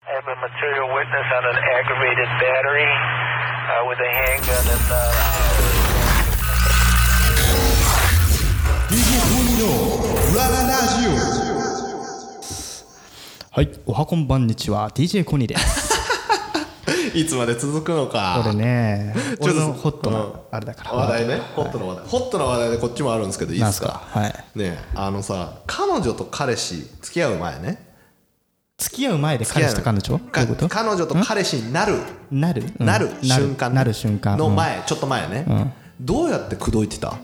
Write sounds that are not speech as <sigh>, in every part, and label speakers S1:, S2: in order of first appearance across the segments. S1: have a material witness on an aggravated battery uh, with a handgun and. Uh,
S2: DJKONI の裏ラジオ
S3: はい、おはこんばんにちは DJ コニー
S2: <laughs>
S3: です。
S2: いつまで続くのか
S3: これね、
S2: ち
S3: 俺
S2: ょっと
S3: のホット
S2: うん
S3: なあれだから。
S2: 話題ねホットの話題ホットな話題でこっちもあるんですけどいいですか
S3: なんすかは
S2: ねえあのさ彼女と彼氏付き合う前ね
S3: 付き合う前で彼氏と彼女？ど
S2: か
S3: ういうこと？
S2: 彼女と彼氏になる
S3: なるうん
S2: なる瞬間ね
S3: なる瞬間
S2: の。
S3: うん
S2: 前ちょっと前ねどうやって口説いてたで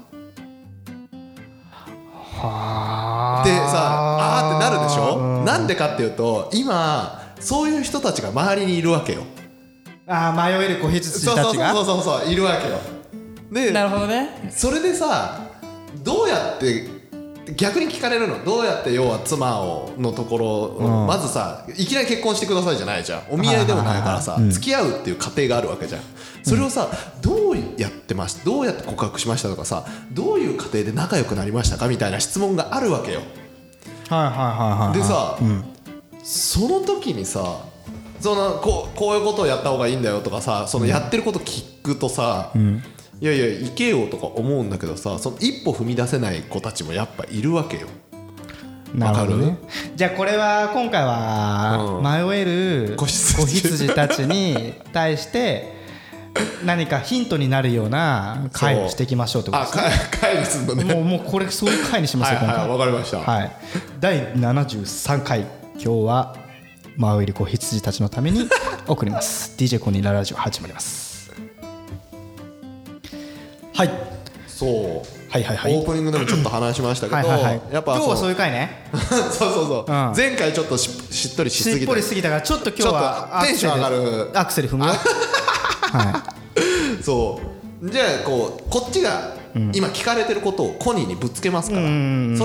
S3: は
S2: さあーってなるでし
S3: うん
S2: ょなんでかっていうと今そういう人たちが周りにいるわけよ
S3: あー迷える子羊
S2: そう
S3: た
S2: そう
S3: ちが
S2: そう。そうそういるわけよで
S3: なるほどね。
S2: それでさどうやって逆に聞かれるのどうやって要は妻をのところを、
S3: うん
S2: まずさいきなり結婚してくださいじゃないじゃんお見合いでもないからさ、
S3: はいはいはいはいうん
S2: 付き合うっていう過程があるわけじゃんそれをさ、どうやってましたどうやって告白しましたとかさどういう過程で仲良くなりましたかみたいな質問があるわけよ
S3: はいはいはいはい。
S2: でさ、その時にさそのこうこういうことをやった方がいいんだよとかさそのやってること聞くとさ、いやいや行けよとか思うんだけどさその一歩踏み出せない子たちもやっぱいるわけよ。
S3: なるほど
S2: わ
S3: ね
S2: か。
S3: じゃあこれは今回は迷える子
S2: 子羊
S3: 羊たちに対して何かヒントになるような会をしていきましょうってこと
S2: あ
S3: ですね。
S2: か <laughs> 会議するのね。
S3: もうもうこれそういう回にします
S2: は
S3: よ
S2: い
S3: 今
S2: は
S3: 回
S2: いわかりました。
S3: はい、第73回今日はマウイリコ羊たちのた
S2: <laughs>
S3: めに送ります DJ コニーララジオ始まりますはい
S2: そう。
S3: はいはいはい
S2: オープニングでもちょっと話しましたけど、
S3: はいはいはい
S2: やっぱ
S3: 今日はそ
S2: そ
S3: う
S2: う
S3: いう回ね
S2: そうそう
S3: うん
S2: そう、前回ちょっとししっとりし
S3: し
S2: すぎ
S3: ったぽりすぎたからちょっと今日
S2: ちょっと
S3: はアクセル
S2: テンション上がる
S3: アクセル踏むよは
S2: そうじゃあこうこっちが今聞かれてることをコニーにぶつけますから、そ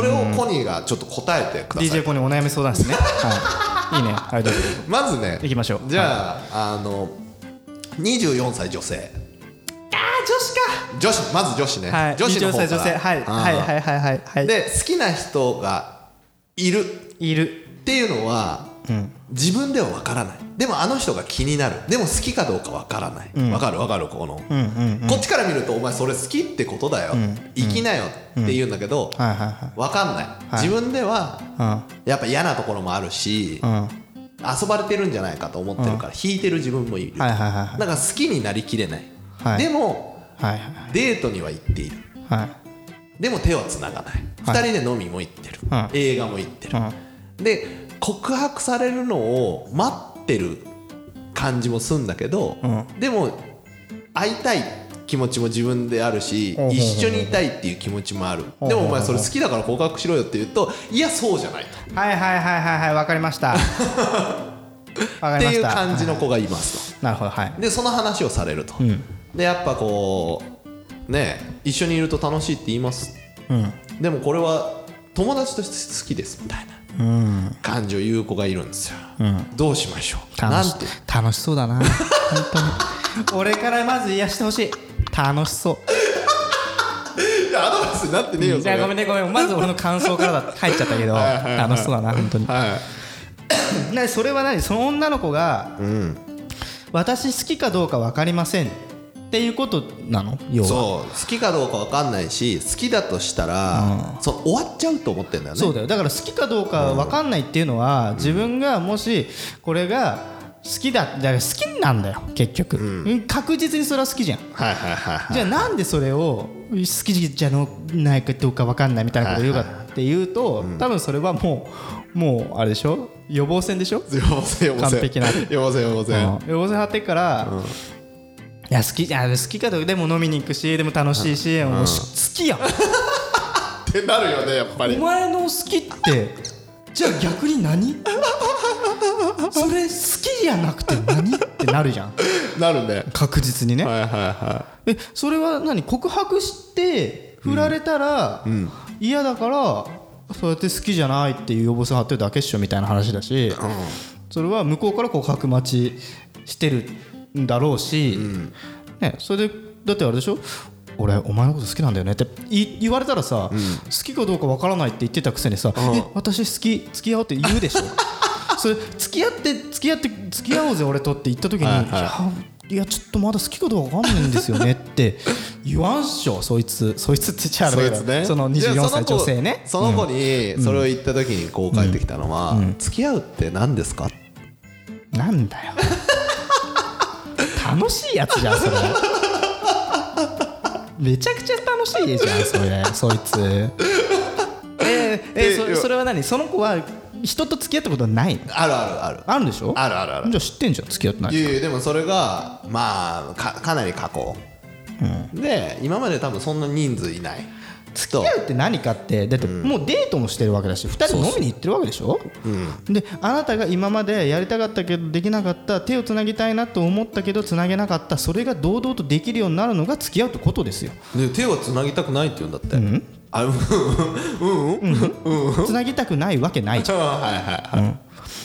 S2: れをコニーがちょっと答えてく <laughs>
S3: い
S2: ださい
S3: DJ コニーお悩み相談
S2: <laughs>
S3: ですね、はい、いいねはいどうぞ
S2: まずね
S3: 行きましょう
S2: じゃあ、あの24歳女性
S3: あ女
S2: 女子まず女子ね、
S3: 子かはい
S2: 女子の方か
S3: 24
S2: ら
S3: 歳女性はい
S2: うん
S3: はいはいはいはいはい
S2: で好きな人がいるっ
S3: いる
S2: ていうのは、自分ではわからないでもあの人が気になるでも好きかどうかわからないわ、かるわかるこの、こっちから見るとお前それ好きってことだよ、生きなよって言うんだけど、
S3: はいはいはい
S2: わかんない、自分ではやっぱ嫌なところもあるし、
S3: うん
S2: 遊ばれてるんじゃないかと思ってるから、引いてる自分もいる、
S3: はいはいはいはい
S2: なんか好きになりきれない、
S3: はい
S2: でも
S3: はいは
S2: デートには行っている
S3: いはい
S2: でも手はつながない、
S3: はい
S2: 2人で飲みも行ってる、
S3: うん
S2: 映画も行ってる、で告白されるのを待ってる感じもすんだけど、
S3: う
S2: でも会いたい気持ちも自分であるし、
S3: ほうほうほうほう
S2: 一緒にいたいっていう気持ちもある、
S3: ほうほうほう
S2: でもお前それ好きだから告白しろよって言うといやそうじゃないと
S3: はいはいはいはいはいわかりましたわか
S2: っ
S3: り
S2: て
S3: ま
S2: い
S3: し
S2: う
S3: た
S2: 感じの
S3: は
S2: 子がいますと
S3: いなるほどはい
S2: でその話をされると、
S3: ん
S2: でやっぱこうねえ一緒にいると楽しいって言います
S3: うん
S2: でもこれは友達として好きですみたいな
S3: うん
S2: 感じを言う子がいるんですよ、
S3: うん
S2: どうしましょうな
S3: 楽し
S2: んて
S3: 楽しそうだな本当に俺からまず癒してほしい楽しそ
S2: いやアドバイスになってねえよ
S3: うじゃあごめんねごめんまず俺の感想からだ入っちゃったけど
S2: はいはいはい
S3: 楽しそうだな本当に
S2: は
S3: なそれは何その女の子が
S2: い、うん、
S3: 私好きかどうか分かりませんっていうことなの要は
S2: そう好きかどうかわかんないし好きだとしたら、そう終わっちゃうと思ってんだよね
S3: そうだよだから好きかどうか分かんないっていうのは、自分がもしこれが好きだだから好きなんだよ結局、うん確実にそれは好きじゃん、
S2: はいはいはいはい
S3: じゃあなんでそれを好きじゃないかどうか分かんないみたいなことを言うかっていうと、多分それはもうもうあれでしょ予防線でしょ、
S2: よぼせよぼせ
S3: <laughs> 完璧な
S2: よぼせよぼせ
S3: うん予防線張ってっから、いや好きじゃ好きかどうかでも飲みに行くしでも楽しいし、もうし好きやん
S2: ってなるよねやっぱり
S3: お前の好きってじゃあ逆に
S2: <laughs>
S3: 何それ好きじゃなくて何ってなるじゃん
S2: なるね
S3: 確実にね、
S2: はいはいは
S3: えそれは何告白して振られたら、嫌だからそうやって好きじゃないっていう予防線張ってるだけっしょみたいな話だし、それは向こうから告白待ちしてるんだろうし、ね、それでだってあれでしょ俺お前のこと好きなんだよねってい言われたらさ、好きかどうかわからないって言ってたくせにさ、え私好き付き合おうって言うでしょそれ付き合って付き合って付き合おうぜ俺とって言った時に「い
S2: はいはい
S3: やいやちょっとまだ好きかどうかわかんないんですよね」って言わんっしょそいつそいつって言っちゃあ
S2: そ
S3: れ
S2: い
S3: だけ
S2: つ
S3: ど
S2: ね
S3: その
S2: いや
S3: 24
S2: そ
S3: 歳
S2: 子
S3: 女性ね
S2: その子にそれを言った時にこう返ってきたのは「付き合うって何ですか?」
S3: なんだよ楽しいやつじゃんそれめちゃくちゃ楽しいじゃんそれそいつえー、えー、
S2: で
S3: そそれは何その子は人と付き合ったことはないの
S2: あるあるある
S3: あるでしょ
S2: あるあるある
S3: じゃあ知ってんじゃん付き合ってない
S2: いやいやでもそれがまあかかなり過去、で今まで多分そんな人数いない
S3: 付き合うって何かってだってもうデートもしてるわけだし2人飲みに行ってるわけでしょであなたが今までやりたかったけどできなかった手をつなぎたいなと思ったけどつなげなかったそれが堂々とできるようになるのが付き合うってことですよ
S2: で手をつなぎたくないって言うんだって、あうん
S3: つなぎたくないわけない
S2: ちょはいはいは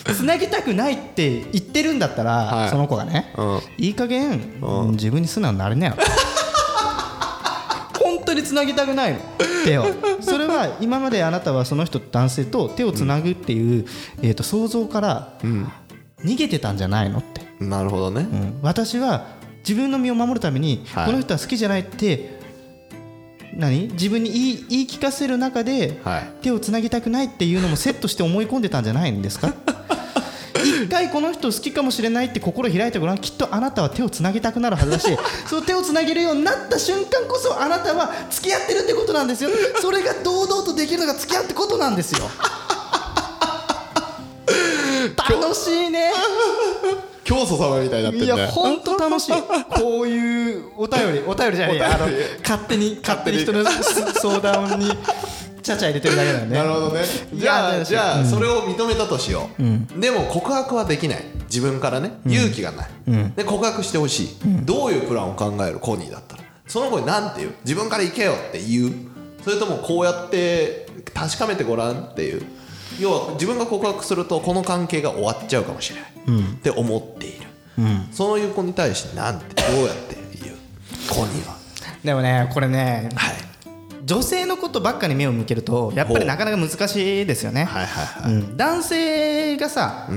S2: い
S3: つなぎたくないって言ってるんだったら、
S2: はい
S3: その子がね、いい加減、うん自分に素直になれ <laughs> なよ本当につなぎたくないの手をそれは今まであなたはその人と男性と手をつなぐっていう、えー、と想像から逃げてたんじゃないのって、
S2: なるほどね、
S3: 私は自分の身を守るために、
S2: はい
S3: この人は好きじゃないって何自分に言い言い聞かせる中で、
S2: はい
S3: 手をつなぎたくないっていうのもセットして思い込んでたんじゃないんです
S2: <laughs>
S3: か一回この人好きかもしれないって心開いてごらんきっとあなたは手をつなぎたくなるはずだ
S2: <laughs>
S3: しその手をつなげるようになった瞬間こそあなたは付き合ってるってことなんですよそれが堂々とできるのが付き合うってことなん
S2: <laughs>
S3: ですよ楽しいね
S2: 教祖様みたいになって
S3: い
S2: る
S3: や
S2: ね
S3: 本当楽しい <laughs> こういうお便りお便りじゃねえやあの勝手に勝手に人の <laughs> 相談にちゃちゃ入れてるだけだよね
S2: なるほどね
S3: い
S2: じゃ
S3: や
S2: あじゃあそれを認めたとしよう、でも告白はできない自分からね、勇気がない、で告白してほしい、どういうプランを考えるコニーだったらその子に何て言う自分から行けよって言うそれともこうやって確かめてごらんっていう要は自分が告白するとこの関係が終わっちゃうかもしれない、って思っている、そういう子に対して何てどうやって言うコニーは
S3: でもねこれね
S2: はい
S3: 女性のことばっかに目を向けるとやっぱりなかなか難しいですよね、
S2: はいはい
S3: うん男性がさ、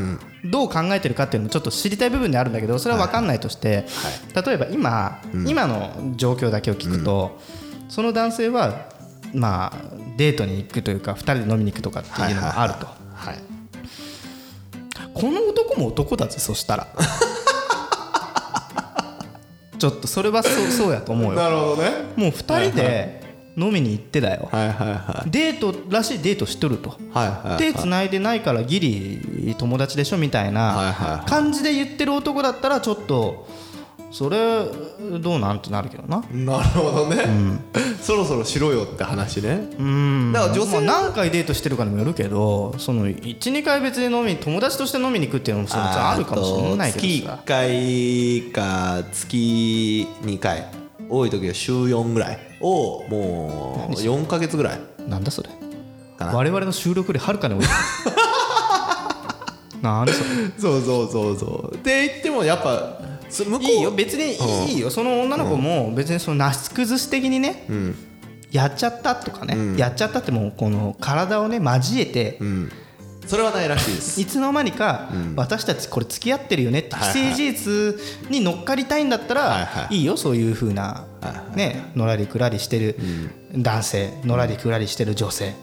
S3: どう考えてるかっていうのもちょっと知りたい部分であるんだけどそれは分かんないとして、例えば今、今の状況だけを聞くと、その男性はまあデートに行くというか2人で飲みに行くとかっていうのがあると、
S2: はいはい
S3: この男も男だぜそしたら <laughs> ちょっとそれはそうそうやと思うよ
S2: なるほどね
S3: もう2人で飲みに行ってだよ、
S2: はいはいは
S3: デートらしいデートしとると、
S2: いはいはい
S3: 手つないでないからギリ友達でしょみたい
S2: はいはい
S3: な
S2: はい
S3: 感じで言ってる男だったらちょっとそれどうなんってなるけどな
S2: なるほどね、そろそろしろよって話ねだから女性
S3: まあ何回デートしてるかにもよるけどその12回別に飲み友達として飲みに行くっていうのもそれはあるかもしれないけどさ
S2: あと月1回か月2回多い時は週4ぐらいをもう4か月ぐらい
S3: なんだそれ
S2: かな
S3: 我々の収録よりはる <laughs> かに多いなん <laughs> でそれ
S2: そうそうそうそうって言ってもやっぱす向こう
S3: いいよ別にいいいいよその女の子も別にそのなし崩し的にね、やっちゃったとかね、やっちゃったってもうこの体をね交えて、
S2: うんそれはないらしいです
S3: いつの間にか私たちこれ付き合ってるよねって
S2: はい
S3: 既成事実に乗っかりたいんだった
S2: はいは
S3: ら
S2: い
S3: いいよそういう風なねのらりくらりしてる男性のらりくらりしてる女性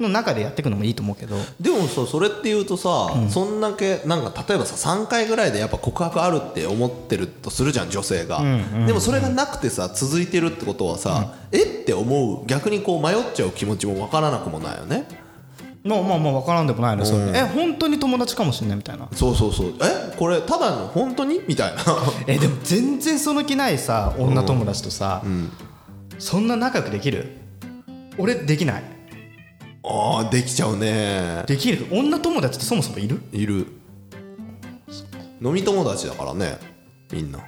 S3: の中でやっていくのもいいと思うけど
S2: でもさそれって言うとさ、そんだけなんか例えばさ3回ぐらいでやっぱ告白あるって思ってるとするじゃん女性が、でもそれがなくてさ続いてるってことはさ、えって思う逆にこう迷っちゃう気持ちもわからなくもないよね
S3: まあまあまあ分からんでもないねそれえ本当に友達かもしれないみたいな
S2: そうそうそうえこれただの本当にみたいな <laughs>
S3: えでも全然その気ないさ女友達とさ、そんな仲良くできる俺できない
S2: あーできちゃうね
S3: できる女友達ってそもそもいる
S2: いる飲み友達だからねみんな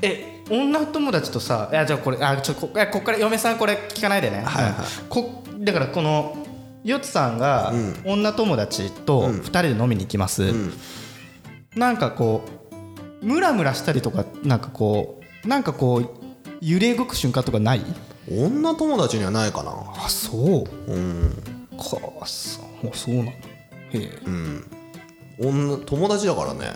S3: え女友達とさいやじゃあこれあちょこいやこっから嫁さんこれ聞かないでね、
S2: はいはい
S3: こだからこのよつさんが女友達と2人で飲みに行きます、なんかこうムラムラしたりとかなんかこうなんかこう揺れ動く瞬間とかない
S2: 女友達にはないかな
S3: あそううんかそうそうなのへえ
S2: 女友達だからね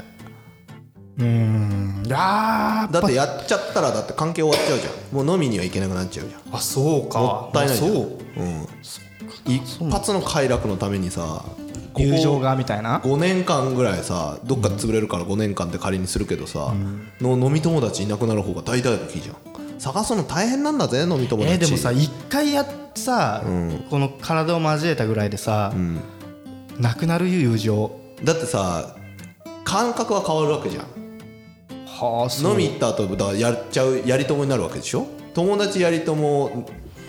S3: うんいやー
S2: だってやっちゃったらだって関係終わっちゃうじゃんもう飲みには行けなくなっちゃうじゃん
S3: あそうか
S2: もったいないじゃ
S3: そ
S2: ん
S3: う
S2: うん、一発の快楽のためにさここ
S3: 友情がみたいな
S2: 5年間ぐらいさどっか潰れるから5年間って仮にするけどさ、の飲み友達いなくなる方が大体のきじゃん探すの大変なんだぜ飲み友達
S3: えーでもさ一回やっさ、この体を交えたぐらいでさ、なくなる友情
S2: だってさ感覚は変わるわけじゃん
S3: はあそ
S2: 飲み行った後だからやっちゃうやり友になるわけでしょ友達やり友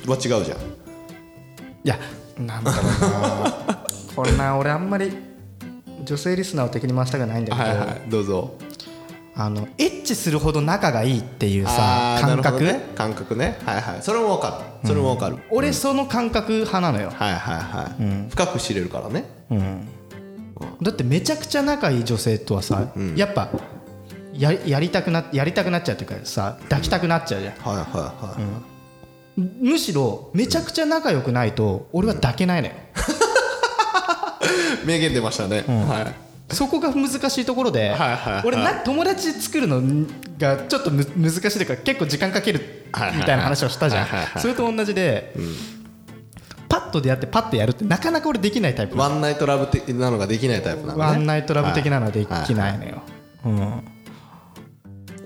S2: は違うじゃん
S3: いやなんだろう
S2: <laughs>
S3: なこれな俺あんまり女性リスナーを敵に回したくないんだけど、
S2: いどうぞ
S3: あのエッチするほど仲がいいっていう
S2: あ
S3: さ
S2: ー
S3: 感覚、
S2: なるほどね感覚ねはいはいそれも分かるそれも分かる、
S3: 俺その感覚派なのよ、
S2: はいはいはい、深く知れるからね
S3: うんだってめちゃくちゃ仲いい女性とはさ、やっぱややりたくなやりたくなっちゃうっていうかさ抱きたくなっちゃうじゃん
S2: はいはいはい、
S3: むしろめちゃくちゃ仲良くないと俺は抱けないのよ、
S2: 名言出ましたね、はい
S3: そこが難しいところで、
S2: はいはいはい
S3: 俺な友達作るのがちょっとむ難しいというか結構時間かける
S2: はいはいはい
S3: みたいな話をしたじゃん、
S2: はいはいはい
S3: それと同じで、パッと出会ってパッとやるってなかなか俺できないタイプ
S2: ワンナイトラブ的なのができないタイプなんだ、ね、
S3: ワンナイトラブ的なのはできないのよ、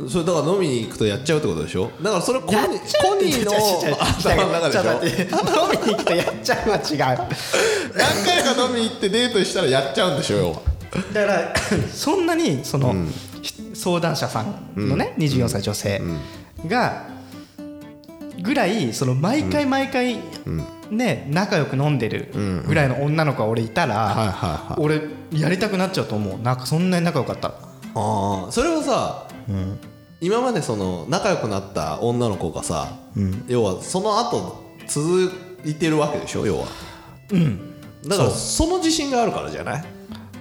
S2: それだから飲みに行くとやっちゃうってことでしょだからそれコニ
S3: やっちゃう
S2: コ
S3: <laughs>
S2: ニーの頭の中でしょ <laughs>
S3: ょ飲みに来てやっちゃうは違う
S2: 何回か飲みに行ってデートしたらやっちゃうんでしょよ
S3: だからそんなにその、ひ相談者さんのね、24歳女性がぐらいその毎回毎回、ね仲良く飲んでるぐらいの女の子が俺いた
S2: はい
S3: ら
S2: はいはい
S3: 俺やりたくなっちゃうと思うなんかそんなに仲良かったら
S2: ああそれはさ、今までその仲良くなった女の子がさ、要はその後続いてるわけでしょ要はうんだからその自信があるからじゃない、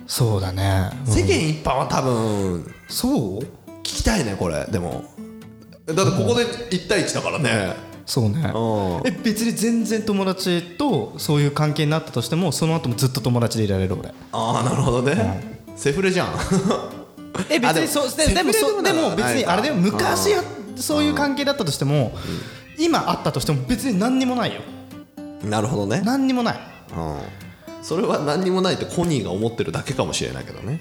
S3: そうだね
S2: 世間一般は多分
S3: そう
S2: 聞きたいねこれでもだってここで1対1だからね、
S3: そうね
S2: うん
S3: え別に全然友達とそういう関係になったとしてもその後もずっと友達でいられる俺
S2: ああなるほどね、セフレじゃん
S3: え別
S2: あで
S3: に
S2: も
S3: そうで
S2: セ
S3: で
S2: フ
S3: も
S2: レ
S3: そう
S2: で
S3: で
S2: も
S3: も別
S2: ない
S3: に
S2: か
S3: あれでも昔やそういう関係だったとしても今あったとしても別に何にもないよ
S2: <laughs> なるほどね
S3: 何にもない
S2: うん、それは何にもないってコニーが思ってるだけかもしれないけどね、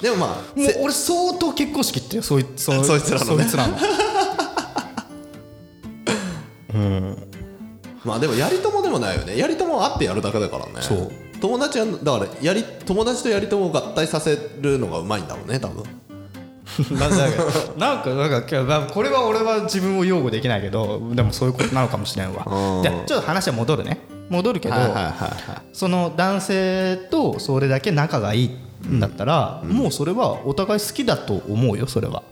S2: でもまあ
S3: もう
S2: せ
S3: 俺相当結婚式行ってよそいそ
S2: そいつらのね
S3: そいつらの
S2: まあでもやりともでもないよねやりともは会ってやるだけだからね
S3: そう
S2: 友達はだからやり友達とやりともを合体させるのがうまいんだろうね多分なんだけど
S3: <laughs> なんかなんかまあこれは俺は自分を擁護できないけどでもそういうことなのかもしれんわ
S2: うん
S3: でちょっと話は戻るね戻るけど
S2: はいはいはいは
S3: その男性とそれだけ仲がいいんだったらもうそれはお互い好きだと思うよそれはい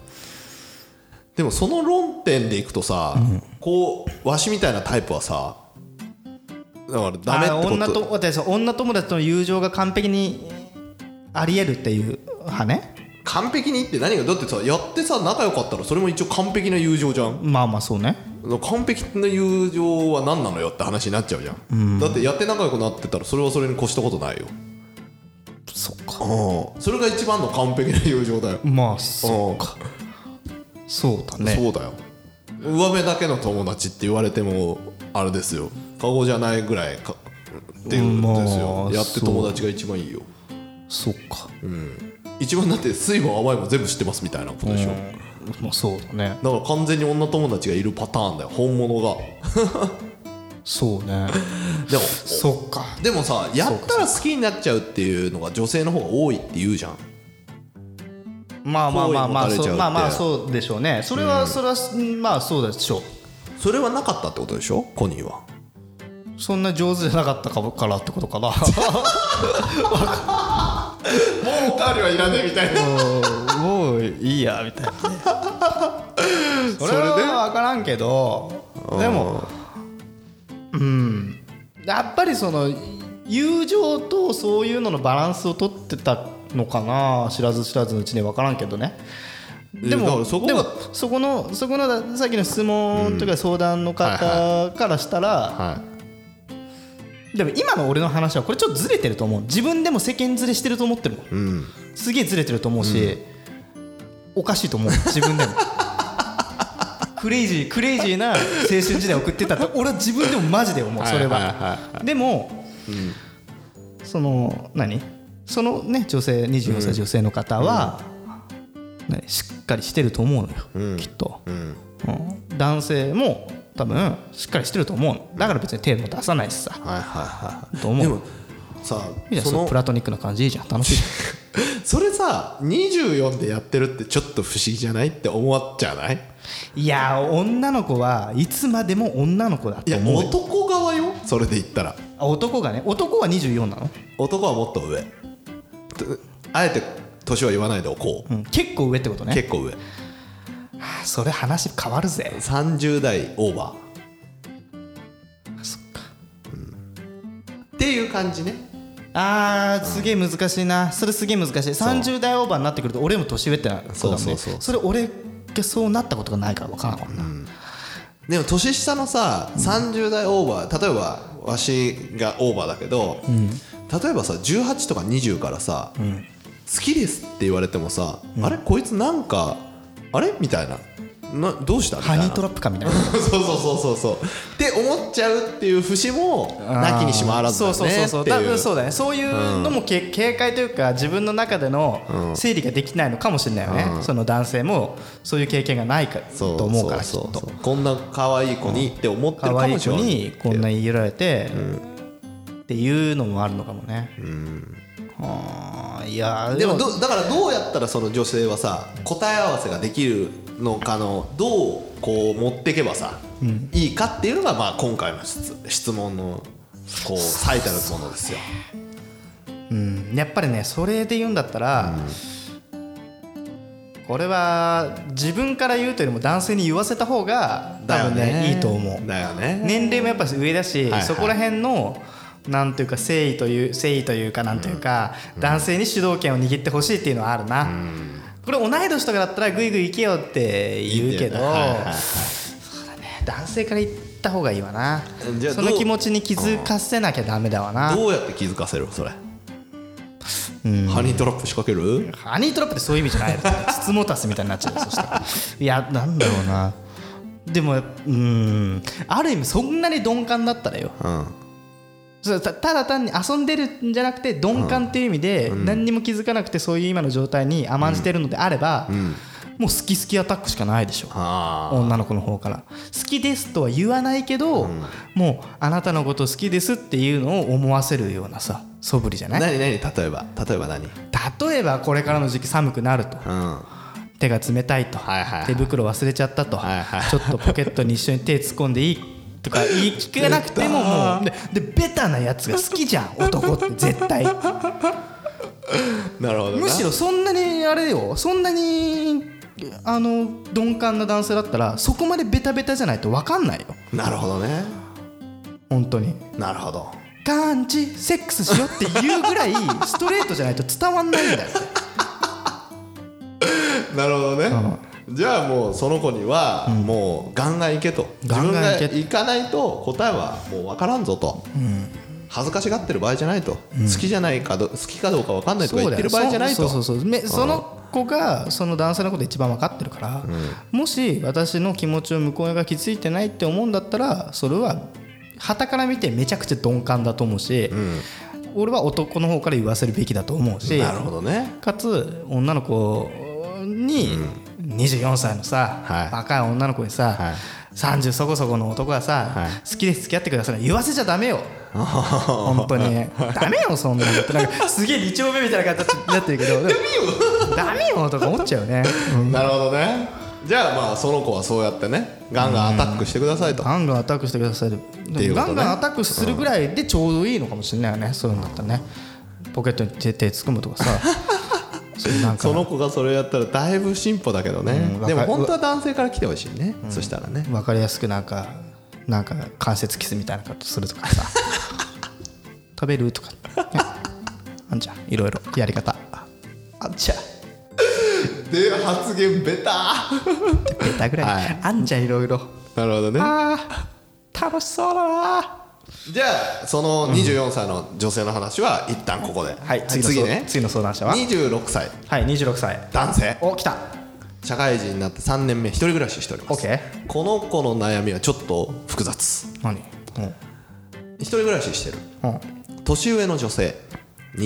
S2: でもその論点でいくとさ、こうわしみたいなタイプはさだからダメってこと
S3: あー女と私女友達との友情が完璧にありえるっていう派ね
S2: 完璧にって何がだってさやってさ仲良かったらそれも一応完璧な友情じゃん
S3: まあまあそうね
S2: 完璧な友情は何なのよって話になっちゃうじゃん、だってやって仲良くなってたらそれはそれに越したことないよ
S3: そっか
S2: うんそれが一番の完璧な友情だよ、
S3: まあそうかそうだね
S2: そうだよ上辺だけの友達って言われてもあれですよ顔じゃないぐらいかっていうんですよ、
S3: まあ
S2: やって友達が一番いいよ
S3: そっか
S2: 一番だって水分甘いも全部知ってますみたいなことでしょ、
S3: まあそうだね
S2: だから完全に女友達がいるパターンだよ本物が
S3: そうね
S2: <laughs> でも
S3: そっか
S2: でもさやったら好きになっちゃうっていうのが女性の方が多いって言うじゃん
S3: まあまあまあまあ
S2: 好意持たれちゃうって
S3: そうまあまあそうでしょうねそれはそれはまあそうでしょ
S2: それはなかったってことでしょコニーは
S3: うそんな上手じゃなかったかもからってことかな
S2: もうおかわりはいらねえみたいな
S3: もういいやみたいなねそれ
S2: それで
S3: は分からんけどでもうんやっぱりその友情とそういうののバランスを取ってたのかな知らず知らずのうちに分からんけどね
S2: え
S3: で
S2: だか
S3: も
S2: らそこ
S3: で
S2: が
S3: もそこのそこのださっきの質問というか相談の
S2: は
S3: 方からしたら、
S2: は
S3: でも今の俺の話はこれちょっとずれてると思う自分でも世間ずれしてると思ってるもん
S2: うん
S3: すげえずれてると思うし、おかしいと思う自分でもクレイジークレイジーな青春時代送って
S2: <laughs>
S3: たと俺は自分でもマジで思うそれ
S2: はいはい
S3: はでも、その何そのね女性24歳女性の方は、何しっかりしてると思うのよ、きっと、
S2: うん
S3: うん男性も多分しっかりしてると思うのだから別に手も出さないしさ
S2: はいはいはい
S3: と思う
S2: でもさ
S3: いいじゃん
S2: そ
S3: その
S2: の
S3: プラトニックな感じいいじゃん楽しいじゃん
S2: <laughs> それさ24でやってるってちょっと不思議じゃないって思っちゃない
S3: いや女の子はいつまでも女の子だ
S2: い
S3: と
S2: や
S3: 思うよ
S2: 男側よそれで言ったら
S3: あ男がね男は24なの、
S2: 男はもっと上とあえて年は言わないでおこう、
S3: うん、結構上ってことね
S2: 結構上
S3: あそれ話変わるぜ
S2: 30代オーバー
S3: そ
S2: っか、うん、っていう感じね
S3: あーすげえ難しいなそれすげえ難しい30代オーバーになってくると俺も年上ってな
S2: そう
S3: だもんね
S2: そうそう
S3: それ俺がそうなったことがないから分からんもんな、
S2: でも年下のさ30代オーバー例えばわしがオーバーだけど、例えばさ18とか20からさ、好きですって言われてもさ、あれこいつなんかあれみたいななどうしたみた
S3: ハ
S2: いな
S3: ニートラップかみたいな
S2: そうそうそうそうそうって思っちゃうっていう節もなきにしもあらずだ
S3: そ
S2: よ
S3: うそ
S2: ね
S3: うそうそう
S2: ってい
S3: 多分そうだねそういうのもけ、警戒というか自分の中での整理ができないのかもしれないよね、その男性もそういう経験がないか
S2: そう
S3: と思うからきっ
S2: そうそう
S3: と
S2: そうこんな可愛い子にって思ってる
S3: 可
S2: か
S3: 愛
S2: も
S3: い
S2: し
S3: 子
S2: れない
S3: にこんな言い寄られて、っていうのもあるのかもねはあいやー
S2: でもどだからどうやったらその女性はさ答え合わせができるのかのどうこう持ってけばさ、いいかっていうのがまあ今回の質質問のこう最たるものですよ。
S3: うんやっぱりねそれで言うんだったら、これは自分から言うというよりも男性に言わせた方が多分ねいいと思う
S2: だよね。
S3: 年齢もやっぱ上だし、
S2: いはい
S3: そこら辺のなんていうか誠意という誠意というかなんていうか、男性に主導権を握ってほしいっていうのはあるな、これ同い年とかだったらグイグイ行けよって言うけど
S2: いいんだよねはいはいはい
S3: 男性から言った方がいいわな
S2: じゃあ
S3: その
S2: どう
S3: 気持ちに気づかせなきゃダメだわな
S2: どうやって気づかせるそれ、ハニートラップ仕掛ける
S3: ハニートラップってそういう意味じゃ
S2: <laughs>
S3: ないよ筒持たすみたいになっちゃうよそしたらいやなんだろうなでもうーんある意味そんなに鈍感だったらよ
S2: うん
S3: そうたただ単に遊んでるんじゃなくて鈍感っていう意味で何にも気づかなくてそういう今の状態に甘んじてるのであればもう好き好きアタックしかないでしょ
S2: あ
S3: 女の子の方から好きですとは言わないけどもうあなたのこと好きですっていうのを思わせるようなさ素振りじゃ
S2: あ
S3: ない
S2: 何何例えば例えば何うん
S3: 例えばこれからの時期寒くなると
S2: は
S3: 手が冷たいと
S2: はいはいはい
S3: 手袋忘れちゃったと
S2: はいはい
S3: ちょっとポケットに一緒に手突っ込んでいいとか言い聞かなくてももうででベタなやつが好きじゃん男
S2: <laughs>
S3: って絶対。
S2: なるほどな
S3: むしろそんなにあれよそんなにあの鈍感な男性だったらそこまでベタベタじゃないと分かんないよ
S2: なるほどね
S3: 本当に
S2: なるほど
S3: 感じセックスしようっていうぐらいストレートじゃないと伝わんないん
S2: <laughs>
S3: だよ
S2: なるほどね、じゃあもうその子にはもうガンガン行けと、
S3: ガンガン行け
S2: 自分が行かないと答えはもう分からんぞと、恥ずかしがってる場合じゃないと、好きじゃないかど好きかどうか分かんないとか言ってる場合じゃないと
S3: そうそうそうめその子がその男性のこと一番分かってるから、もし私の気持ちを向こうが気づいてないって思うんだったらそれは傍から見てめちゃくちゃ鈍感だと思うし、俺は男の方から言わせるべきだと思うし
S2: なるほどね
S3: かつ女の子に24歳のさ、
S2: はい
S3: 若い女の子にさ、
S2: はい
S3: 30そこそこの男がさ、
S2: はい
S3: 好きです付き合ってください言わせちゃダ
S2: <laughs>
S3: メよ本当にダメよそんなのってなんかすげえ2丁目みたいな形になってるけどダメよダメよとか思っちゃうよね
S2: なるほどねじゃあまあその子はそうやってねガンガンアタックしてくださいと、
S3: ガンガンアタックしてくださいで
S2: いうことね
S3: ガンガンアタックするぐらいでちょうどいいのかもしれないよねそういうのだったらねポケットに手手突っ込む
S2: <laughs>
S3: とかさそういうなんか
S2: その子がそれやったらだいぶ進歩だけどね、
S3: うん
S2: でも
S3: わか
S2: 本当は男性から来てほしいね、そしたらね
S3: 分かりやすくなんかなんか関節キスみたいなことするとか <laughs> さ食べるとか、ね、あんじゃんいろいろやり方あんじゃん
S2: で発言ベタ <laughs>
S3: ベタぐらい、
S2: はい
S3: あんじゃんいろいろ
S2: なるほどね
S3: あー楽しそうだな
S2: じゃあその24歳の女性の話は一旦ここで、
S3: はい次の
S2: 次ね
S3: 次の相談者は
S2: 26歳
S3: はい26歳
S2: 男性
S3: お来た
S2: 社会人になって3年目一人暮らししております
S3: OK
S2: この子の悩みはちょっと複雑
S3: 何うん
S2: 一人暮らししてる
S3: うん
S2: 年上の女性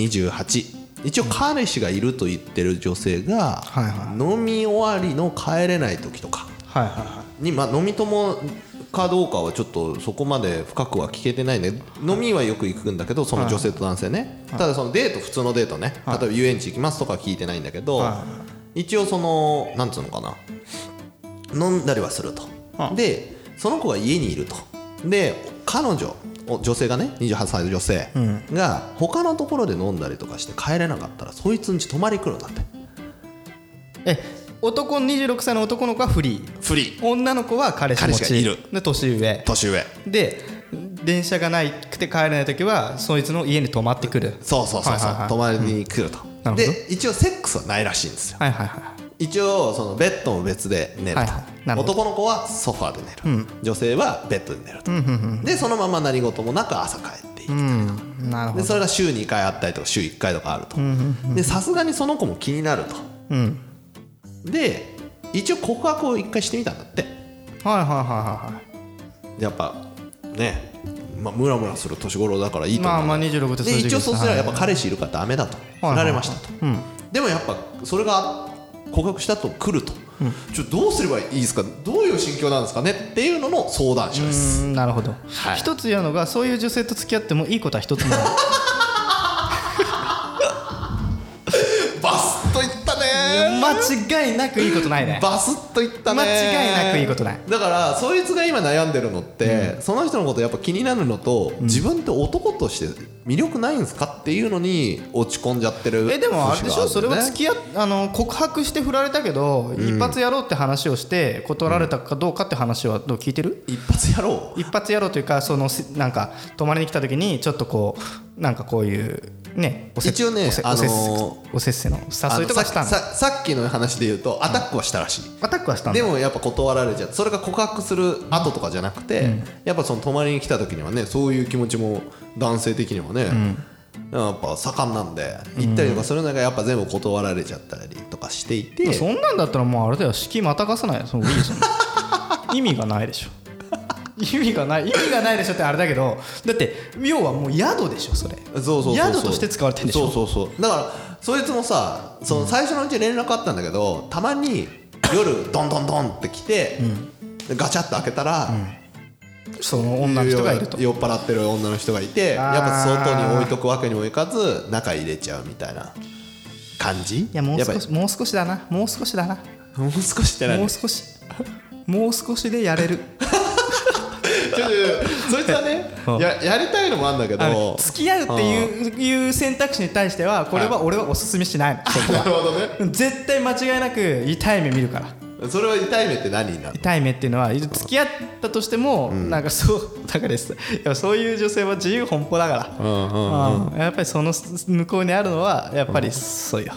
S2: 28一応彼氏がいると言ってる女性が
S3: はいは
S2: 飲み終わりの帰れない時とか
S3: はいはいは
S2: に、まあ、飲み友かどうかはちょっとそこまで深くは聞けてないね飲みはよく行くんだけどその女性と男性ね、ただそのデート普通のデートね、
S3: はい
S2: 例えば遊園地行きますとかは聞いてないんだけど、
S3: は
S2: 一応そのなんつうのかな飲んだりはすると、
S3: はい
S2: でその子が家にいるとで彼女お女性がね28歳の女性が他のところで飲んだりとかして帰れなかったらそいつんち泊まり来るんだって
S3: いえ男26歳の男の子はフリー
S2: フリー
S3: 女の子は彼氏持ち
S2: 彼氏がいる
S3: で年上
S2: 年上
S3: で電車がないくて帰れない時はそいつの家に泊まってくる
S2: そうそうそうそう、
S3: はいはいはい
S2: 泊まりに来ると、
S3: なるほど
S2: で一応セックスはないらしいんですよ
S3: はいはいは
S2: 一応そのベッドも別で寝ると、
S3: はいはいなるほど
S2: 男の子はソファーで寝る、女性はベッドで寝ると、でそのまま何事もなく朝帰っていく、
S3: いうんなるほ
S2: で
S3: ど
S2: それが週2回あったりとか週1回とかあると、でさすがにその子も気になると
S3: うん
S2: で一応告白を1回してみたんだって
S3: はいはいはいはいはい
S2: やっぱねまあムラムラする年頃だからいいと思う
S3: まあまあ26って
S2: で一応そうすればやっぱ
S3: はい
S2: 彼氏いるからダメだと振
S3: はい
S2: られましたと、
S3: うん
S2: でもやっぱそれが告白したと来ると、ちょどうすればいいですかどういう心境なんですかねっていうのの相談者で
S3: う
S2: す、
S3: んなるほど、
S2: はい
S3: 一つ言うのがそういう女性と付き合ってもいいことは一つもない
S2: <laughs> <laughs> バスッといったね
S3: 間違いなくいいことないね
S2: バスッといったね
S3: 間違いなくいいことない
S2: だからそいつが今悩んでるのって、その人のことやっぱ気になるのと、自分って男として魅力ないんですかっていうのに落ち込んじゃってる
S3: えでもあれでしょそ
S2: 節
S3: れ
S2: があ
S3: は
S2: るんだよね
S3: 付き合っあの告白して振られたけど、一発やろうって話をして断られたかどうかって話はどう聞いてる
S2: 一発やろう
S3: 一発やろうというかそのせなんか泊まりに来た時にちょっとこうなんかこういうねおせ
S2: 一応ね
S3: おせ
S2: あのー
S3: おせっせおせっせの誘いとかした
S2: あ
S3: の
S2: さささっきの話で言うとアタックはしたらしい、
S3: アタックはしたんだ
S2: でもやっぱ断られちゃってそれが告白する後とかじゃなくて、やっぱその泊まりに来た時にはねそういう気持ちも男性的にもね、やっぱ盛んなんで行ったりとかするのがやっぱ全部断られちゃったりとかしていて、
S3: そんなんだったらもうあれだよ敷またがさないそのいいじ
S2: <laughs>
S3: ゃん意味がないでしょ意味がない意味がないでしょってあれだけどだって要はもう宿でしょそれ
S2: そうそうそうそう
S3: 宿として使われてんでしょ
S2: そうそうそうだからそいつもさその最初のうち連絡あったんだけどたまに夜ドンドンドンって来て、ガチャッと開けたら、
S3: その女の人がいると
S2: 酔っ払ってる女の人がいて
S3: あー
S2: やっぱ外に置いとくわけにもいかず中入れちゃうみたいな感じ
S3: いやもう
S2: っぱ
S3: 少しもう少しだなもう少しだな
S2: もう少しって何
S3: もう少しもう少しでやれる
S2: ちょちょちょそいつはね
S3: <laughs> うん
S2: ややりたいのもあるんだけ
S3: あの
S2: ど
S3: 付き合うっていういう選択肢に対してはこれは俺はおすすめしないのそこ
S2: なる
S3: は
S2: ほどね
S3: <laughs> 絶対間違いなく痛い目見るから
S2: それは痛い目って何になる
S3: 痛い目っていうのは付き合ったとしても、なんかそうだからですいやそういう女性は自由奔放だから、
S2: うんうん
S3: うんやっぱりその向こうにあるのはやっぱりそうよ、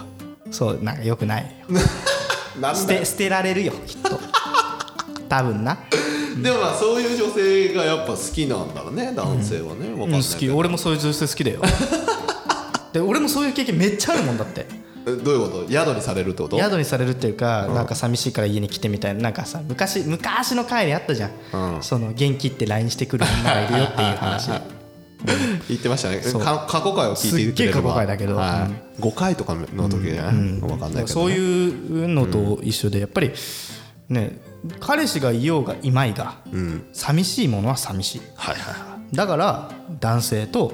S3: そうなんかよくないよ
S2: なん
S3: 捨
S2: だよ
S3: て捨てられるよきっと多分な、
S2: でもまあそういう女性がやっぱ好きなんだろうね男性はね、わかんない
S3: 好
S2: け
S3: き
S2: ど
S3: 俺もそういう女性好き <laughs> だよで俺もそういう経験めっちゃあるもんだって
S2: えどういうこと宿にされるってこと
S3: 宿にされるっていうか、なんか寂しいから家に来てみたいななんかさ昔昔の回であったじゃん、
S2: うん
S3: その元気って LINE してくる女がいるよっていう
S2: <laughs>
S3: 話
S2: 言ってましたね
S3: そう
S2: か過去回を聞いてく
S3: すっげえ過
S2: れれば
S3: 去回だけど
S2: は
S3: うん
S2: い、5回とかの時じゃない、わかんないけどね、
S3: そういうのと一緒でやっぱりね彼氏がいようがいまいが、寂しいものは寂しい
S2: はいはいはい
S3: だから男性と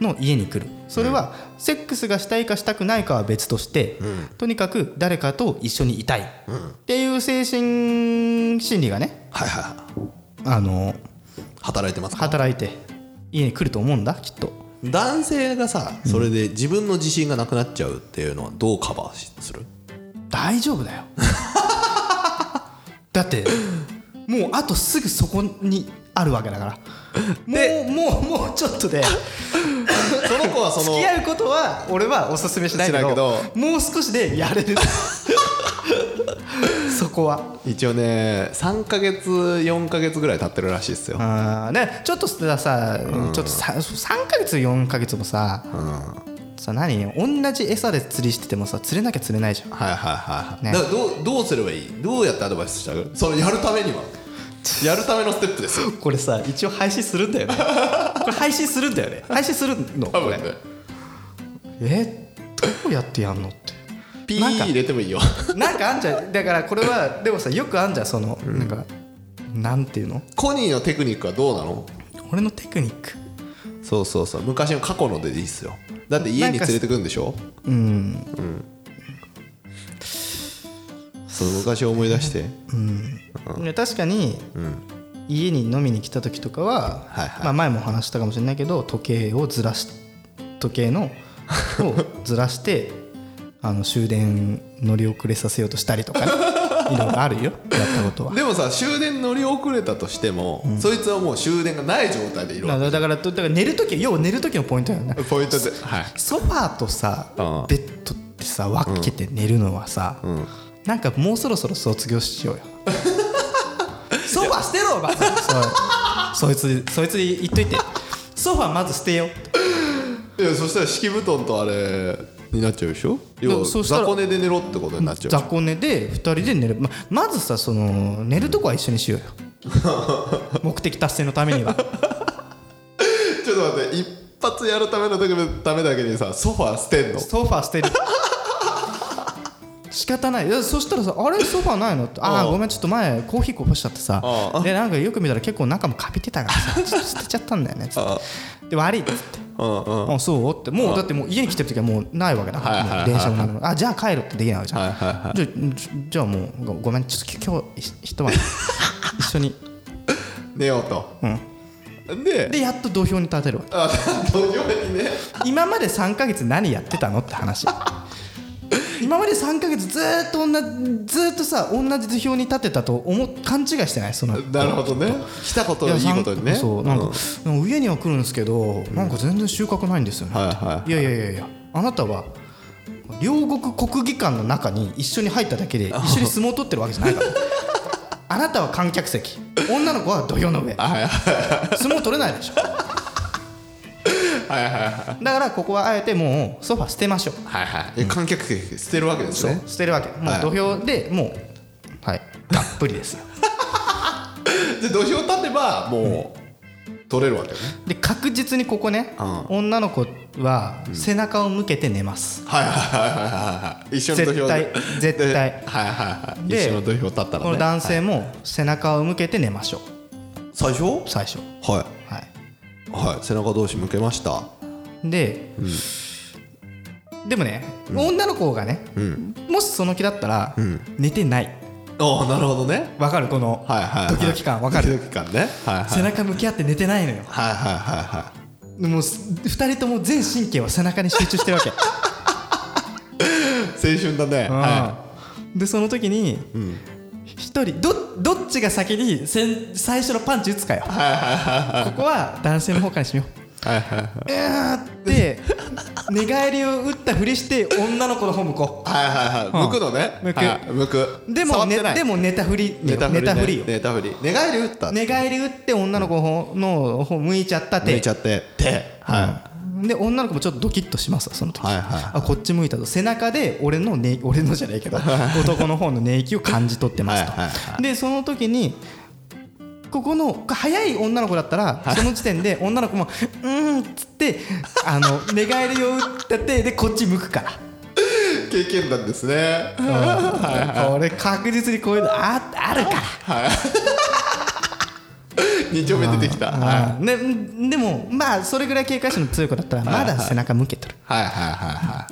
S3: の家に来るそれはセックスがしたいかしたくないかは別として、とにかく誰かと一緒にいたいっていう精神心理がね
S2: はいはいはい
S3: あの
S2: 働いてますか
S3: 働いて家に来ると思うんだきっと
S2: 男性がさそれで自分の自信がなくなっちゃうっていうのはどうカバーする
S3: 大丈夫だよ <laughs> だってもうあとすぐそこにあるわけだからもうもうもうちょっとで
S2: その子はそ
S3: 付
S2: の
S3: き合うことは俺はおすすめしないけど <laughs>
S2: しないけ
S3: もう少しでやれるそこは
S2: 一応ね3ヶ月4ヶ月ぐらい経ってるらしいですよ
S3: あーねちょっとささ、ちょっとさ3ヶ月4ヶ月もさ、さ何同じ餌で釣りしててもさ釣れなきゃ釣れないじゃん
S2: はいはいはいはい、
S3: ね
S2: だからどうどうすればいいどうやってアドバイスしたうそれやるためにはやるためのステップ
S3: <laughs>
S2: ですよ
S3: これさ一応配信するんだよねこれ配信するんだよね配信するの
S2: 多
S3: これ
S2: 分ね
S3: えどうやってやんのって
S2: ピー
S3: なんか
S2: 入れてもいいよ <laughs>
S3: なんかあんじゃんだからこれはでもさよくあんじゃんその、なんかなんていうの
S2: コニーのテクニックはどうなの
S3: 俺のテクニック
S2: そうそうそう昔の過去のでいいっすよだって家に連れてくんでしょ
S3: うん
S2: そう昔を思い出して
S3: いや確かに、家に飲みに来た時とかは、
S2: はいはい
S3: まあ、前もお話ししたかもしれないけど時計をずらし時計 <laughs> のをずらしてあの終電乗り遅れさせようとしたりとか <laughs> ね、いろいろあるよやったことは。
S2: でもさ終電乗り遅れたとしても、そいつはもう終電がない状態でいる
S3: だ
S2: わ
S3: からだからだから寝る時要は寝る時のポイントだよね
S2: ポイントではい
S3: ソファーとさ
S2: うん
S3: ベッドってさ分けて寝るのはさ、なんかもうそろそろ卒業しようよ <laughs> ソファー捨てろお前そそいつそいつに言っといてソファーまず捨てよ
S2: いやそしたら敷布団とあれになっちゃうでしょ要は
S3: そうしたら
S2: 雑魚寝で寝ろってことになっちゃう
S3: 雑魚寝で2人で寝るままずさその寝るとこは一緒にしよ <laughs> うよ目的達成のためには
S2: ちょっと待って一発やるためのためだけにさソファー捨てんの
S3: ソファー捨てる <laughs> 仕方ないいやそしたらさあれソファーないのってああ
S2: うん
S3: ごめんちょっと前コーヒーこぼしちゃってさ
S2: う
S3: でなんかよく見たら結構中もかびてたからさ
S2: <laughs>
S3: ちょっと捨てちゃったんだよねつってで悪いっつって
S2: うんうん
S3: あそうってもうだってもう家に来てる時はもうないわけだ
S2: はいはいはい
S3: もう電車もなくなるあじゃあ帰るってできないわけじゃん、
S2: はいはいは
S3: じゃあじゃじゃあもうごごめんちょっと今日ひ一
S2: <laughs>
S3: 晩一緒に
S2: 寝ようと、で
S3: でやっと土俵に立てるわけ
S2: <laughs> あ土曜にね
S3: 今まで3ヶ月何やってたのって話
S2: <laughs>
S3: 今まで3ヶ月ずーっと同じずーっとさ同じ土俵に立てたと思勘違いしてないその
S2: なるほどね来たこと
S3: い
S2: をいい
S3: さん
S2: ことにね
S3: そうなんか、なんか家には来るんですけどなんか全然収穫ないんですよね、
S2: はいはい
S3: いやいやいやいやあなたは両国国技館の中に一緒に入っただけで一緒に相撲を取ってるわけじゃない
S2: <laughs>
S3: からあなたは観客席女の子は土俵の上
S2: はいはい
S3: 相撲取れないでしょ
S2: はいはい
S3: だからここはあえてもうソファ捨てましょう
S2: はいはい観客席捨てるわけですね
S3: 捨てるわけも
S2: はいう
S3: 土俵でもうはいたっぷりですよ
S2: で土俵立てばもう取れるわけね
S3: で確実にここね
S2: う
S3: 女の子は背中を向けて寝ます
S2: はいはいはいはいはい一緒の土俵で
S3: 絶対絶対
S2: ではいはいはい
S3: で
S2: 一緒の土俵立ったら
S3: こ
S2: ね
S3: の男
S2: はい
S3: 性も背中を向けて寝ましょう
S2: 最初は
S3: 最初はい
S2: いはい背中同士向けました
S3: で、でもね、女の子がね、もしその気だったら、寝てない
S2: ああなるほどね
S3: わかるこの、
S2: はいはいはい
S3: ドキドキ感わかる
S2: ドキドキ感ねはいはい
S3: 背中向き合って寝てないのよ
S2: はいはいはいはい
S3: もう2人とも全神経は背中に集中してるわけ、
S2: 青春だね、 <laughs> は
S3: うんでその時に、一人どどっちが先に先最初のパンチ打つかよここは男性の方からにしよう
S2: はい
S3: で寝返りを打ったふりして女の子の方向こ
S2: い、はいはいはい
S3: うん
S2: 向くのね
S3: 向く
S2: はい向く
S3: うで
S2: 触
S3: も、
S2: って
S3: ね、
S2: ない
S3: でも寝たふり
S2: 寝たふり、
S3: 寝
S2: ね、
S3: たふりよ
S2: 寝たふり寝返り打った、
S3: 寝返り打って女の子の方向いちゃった手
S2: 寝ちゃって手はい、
S3: で女の子もちょっとドキッとしますわその時、
S2: はいはいはい
S3: あこっち向いたと背中で俺の、
S2: <laughs>
S3: ね、俺のじゃないけど男の方の寝息を感じ取ってますと
S2: はいはいは
S3: でその時にここの早い女の子だったらその時点で女の子も「うーん」っつってあ
S2: <laughs>
S3: の寝返りを打った手でこっち向くから。
S2: 経験談ですね
S3: 俺確実にこういうのああるから
S2: 二丁目出てきたはい
S3: あーね、でもまあそれぐらい警戒心の強い子だったらまだ背中向けとる
S2: はいはいはいは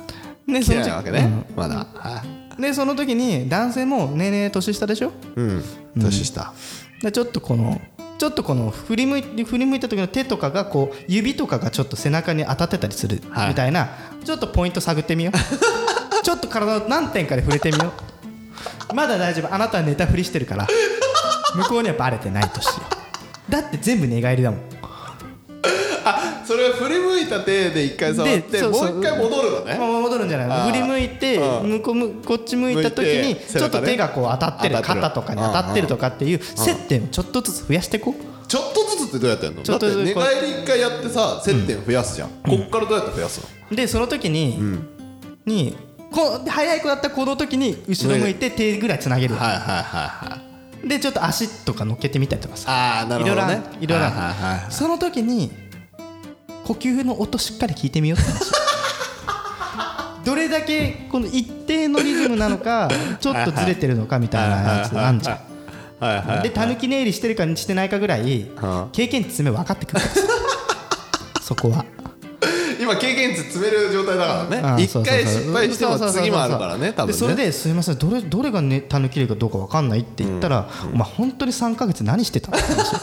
S2: い
S3: ね
S2: 来
S3: そ
S2: て
S3: の
S2: ない
S3: 時
S2: わけね、まだはい
S3: うんでその時に男性もねえねえ年下でしょ
S2: うん年下、
S3: でちょっとこのちょっとこの振り向い振り向いた時の手とかがこう指とかがちょっと背中に当たってたりする
S2: はい
S3: みたいな、ちょっとポイント探ってみよう <laughs> ちょっと体の何点かで触れてみようまだ大丈夫あなたは寝たふりしてるから向こうにはバレてないとしようだって全部寝返りだもん
S2: あそれは振り向いた手で一回触っ
S3: で
S2: て
S3: そ
S2: も
S3: う
S2: う
S3: そう
S2: 一回戻るの
S3: まあ
S2: ね
S3: 戻るんじゃ
S2: あ
S3: な
S2: ー
S3: い振り向いて
S2: うん
S3: 向こうむこっち向いた時
S2: 向
S3: に
S2: いて
S3: ちょっと手がこう当たってる
S2: 背中ね
S3: 肩とかに当たってるとかっていう接点をちょっとずつ増やしていこう
S2: ちょっとずつってどうやってやるの
S3: ちょ
S2: だ
S3: っ
S2: っ
S3: と
S2: て
S3: ずつ
S2: 寝返り一回やってさ接点増やすじゃんこっからどうやって増やすの
S3: でその時ににこう早い子だったらこの時に後ろ向いて手ぐらいつなげる
S2: いはいはいはい
S3: でちょっと足とか乗っけてみたりとかさ
S2: ああなるほどね
S3: いろいろある
S2: はいはいはい
S3: その時に呼吸の音しっかり聞いてみようって話どれだけこの一定のリズムなのかちょっとずれてるのかみたいなやつあんじゃん
S2: はいはい
S3: でたぬき寝入りしてるかしてないかぐらい
S2: はあ
S3: 経験値詰め分かってくるから
S2: <laughs>
S3: そこは
S2: 今経験値詰める状態だから
S3: あ
S2: ね
S3: そうそうそ
S2: 一
S3: う
S2: 回失敗しても
S3: そうそうそうそう
S2: 次もあるからね多分ね
S3: でそれですいませんどれどれがねたぬきれかどうか分かんないって言ったら、お前本当に3か月何してたのって
S2: <laughs>
S3: 話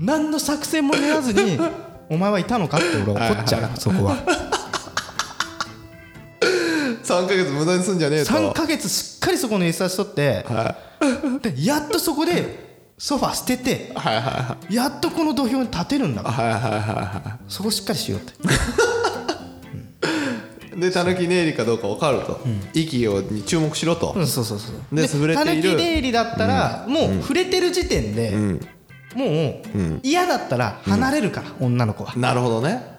S3: 何の作戦も練らずにお前はいたのかって俺は怒っちゃうからそこは
S2: 3ヶ月無駄にすんじゃねえと
S3: 3か月しっかりそこの餌しとって、でやっとそこでソファ捨てて、やっとこの土俵に立てるんだから、そこしっかりしようって
S2: でたぬき寝入りかどうか分かると、息をに注目しろと、
S3: うん、そうそうそう
S2: で潰れている
S3: 狸出入りだったら、もう触れてる時点で、もう、嫌だったら離れるから、女の子は
S2: なるほどね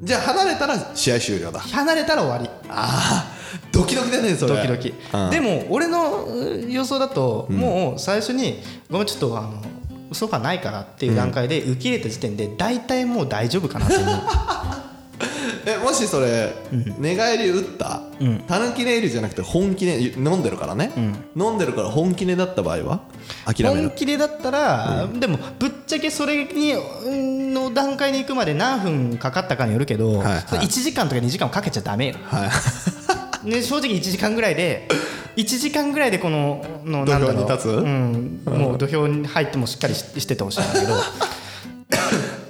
S2: じゃあ離れたら試合終了だ
S3: 離れたら終わり
S2: あードキドキだねそれ
S3: ドキドキ、
S2: うん
S3: でも俺のう予想だと、もう最初に「ごめんちょっとあのソファないから」っていう段階で、受け入れた時点で大体もう大丈夫かなって思う
S2: えもしそれ、寝返り打った、
S3: ん
S2: たぬき寝入りじゃなくて本気寝飲んでるからね、飲んでるから本気寝だった場合は諦め
S3: 本
S2: る
S3: 気でだったら、でもぶっちゃけそれにうんの段階に行くまで何分かかったかによるけど、
S2: はいはい
S3: それ1時間とか2時間はかけちゃダメよ
S2: はい
S3: <laughs> ね、正直1時間ぐらいで1時間ぐらいでこのの
S2: 土
S3: な
S2: 俵
S3: んだろう
S2: に立つ
S3: うん、もう土俵に入ってもしっかりししててほしいん
S2: <laughs>
S3: だけど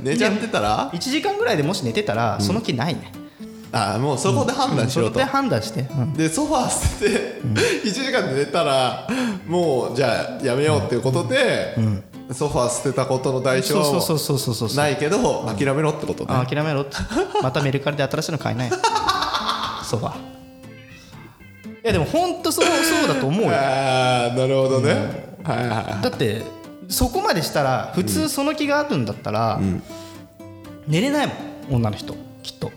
S2: 寝ちゃってたら
S3: 1時間ぐらいでもし寝てたらその気ないね、
S2: あーもうそこで判断し
S3: それ
S2: ろと、
S3: で判断して、うん
S2: でソファー捨てて、1時間で寝たらもうじゃあやめようっていうことで、ソファー捨てたことの代償
S3: そうそうそう
S2: は
S3: そうそうそう
S2: ないけど諦めろってことね、
S3: あ諦めろってまたメルカリで新しいの買えないソファいやでも本当そうそうだと思うよ
S2: ああなるほどね、はいはい
S3: だってそこまでしたら普通その気があるんだったら、寝れないもん女の人きっと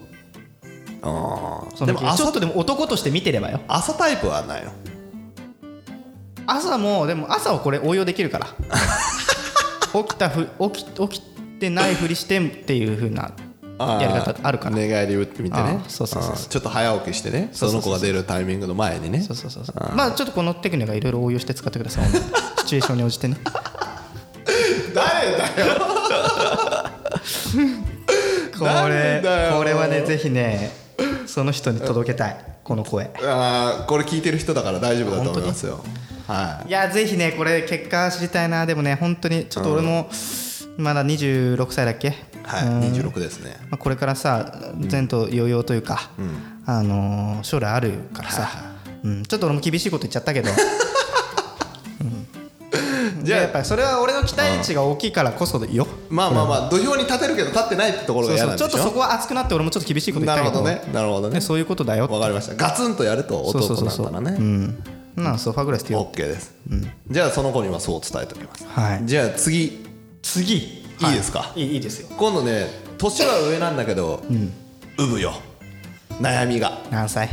S2: あー
S3: そ
S2: で
S3: の
S2: も
S3: 気ちょ
S2: 朝
S3: っとでも男として見てればよ
S2: 朝タイプはないの
S3: 朝もでも朝はこれ応用できる
S2: <laughs>
S3: から起きたふ起き起きてないふりしてっていう風な
S2: あー
S3: やり方あるから
S2: 寝返り打ってみて
S3: あ
S2: ね
S3: ーそうそうそうそう
S2: あーちょっと早起きしてね
S3: そうそ
S2: そ
S3: う
S2: の
S3: そ
S2: 子
S3: うそう
S2: が出るタイミングの前にね
S3: そうそうそうそうまあちょっとこのテクニックはいろいろ応用して使ってくだ <laughs> さいシチュエーションに応じてね
S2: 誰だよ
S3: こ
S2: なんだよ
S3: これはねぜひねその人に届けたいこの声
S2: あーこれ聞いてる人だから大丈夫だと思いますよはい
S3: やぜひねこれ結果知りたいなでもね本当にちょっと俺もまだ26歳だっけ、
S2: い、はい
S3: うん、
S2: 26ですね
S3: まあ、これからさ前途洋々というか、あのー将来あるからさ、うん、ちょっと俺も厳しいこと言っちゃったけど <laughs> じ
S2: じ
S3: ゃ
S2: ゃ
S3: あ
S2: あ
S3: やっぱりそれは俺の期待値が大きいからこそよ
S2: まあまあまあ土俵に立てるけど立ってないってところ
S3: そ
S2: が
S3: う
S2: 嫌
S3: そ
S2: な
S3: うんちょ
S2: で
S3: っ
S2: し
S3: と
S2: ょ
S3: そこは熱くなって俺もちょっと厳しいこと言っ
S2: な
S3: た
S2: る
S3: け
S2: ほ
S3: ど
S2: どねなるほどね
S3: ねそういうことだよ
S2: わかりましたガツンとやると
S3: そうそう
S2: 男
S3: そう
S2: な
S3: そう
S2: んだからね
S3: うんなんソファーぐらい捨てよ
S2: OK です、じゃあその子にはそう伝えておきます、
S3: はい
S2: じゃあ次
S3: 次
S2: いいですか
S3: いいいいですよ
S2: 今度ね年は上なんだけど、産むよ悩みが
S3: 何歳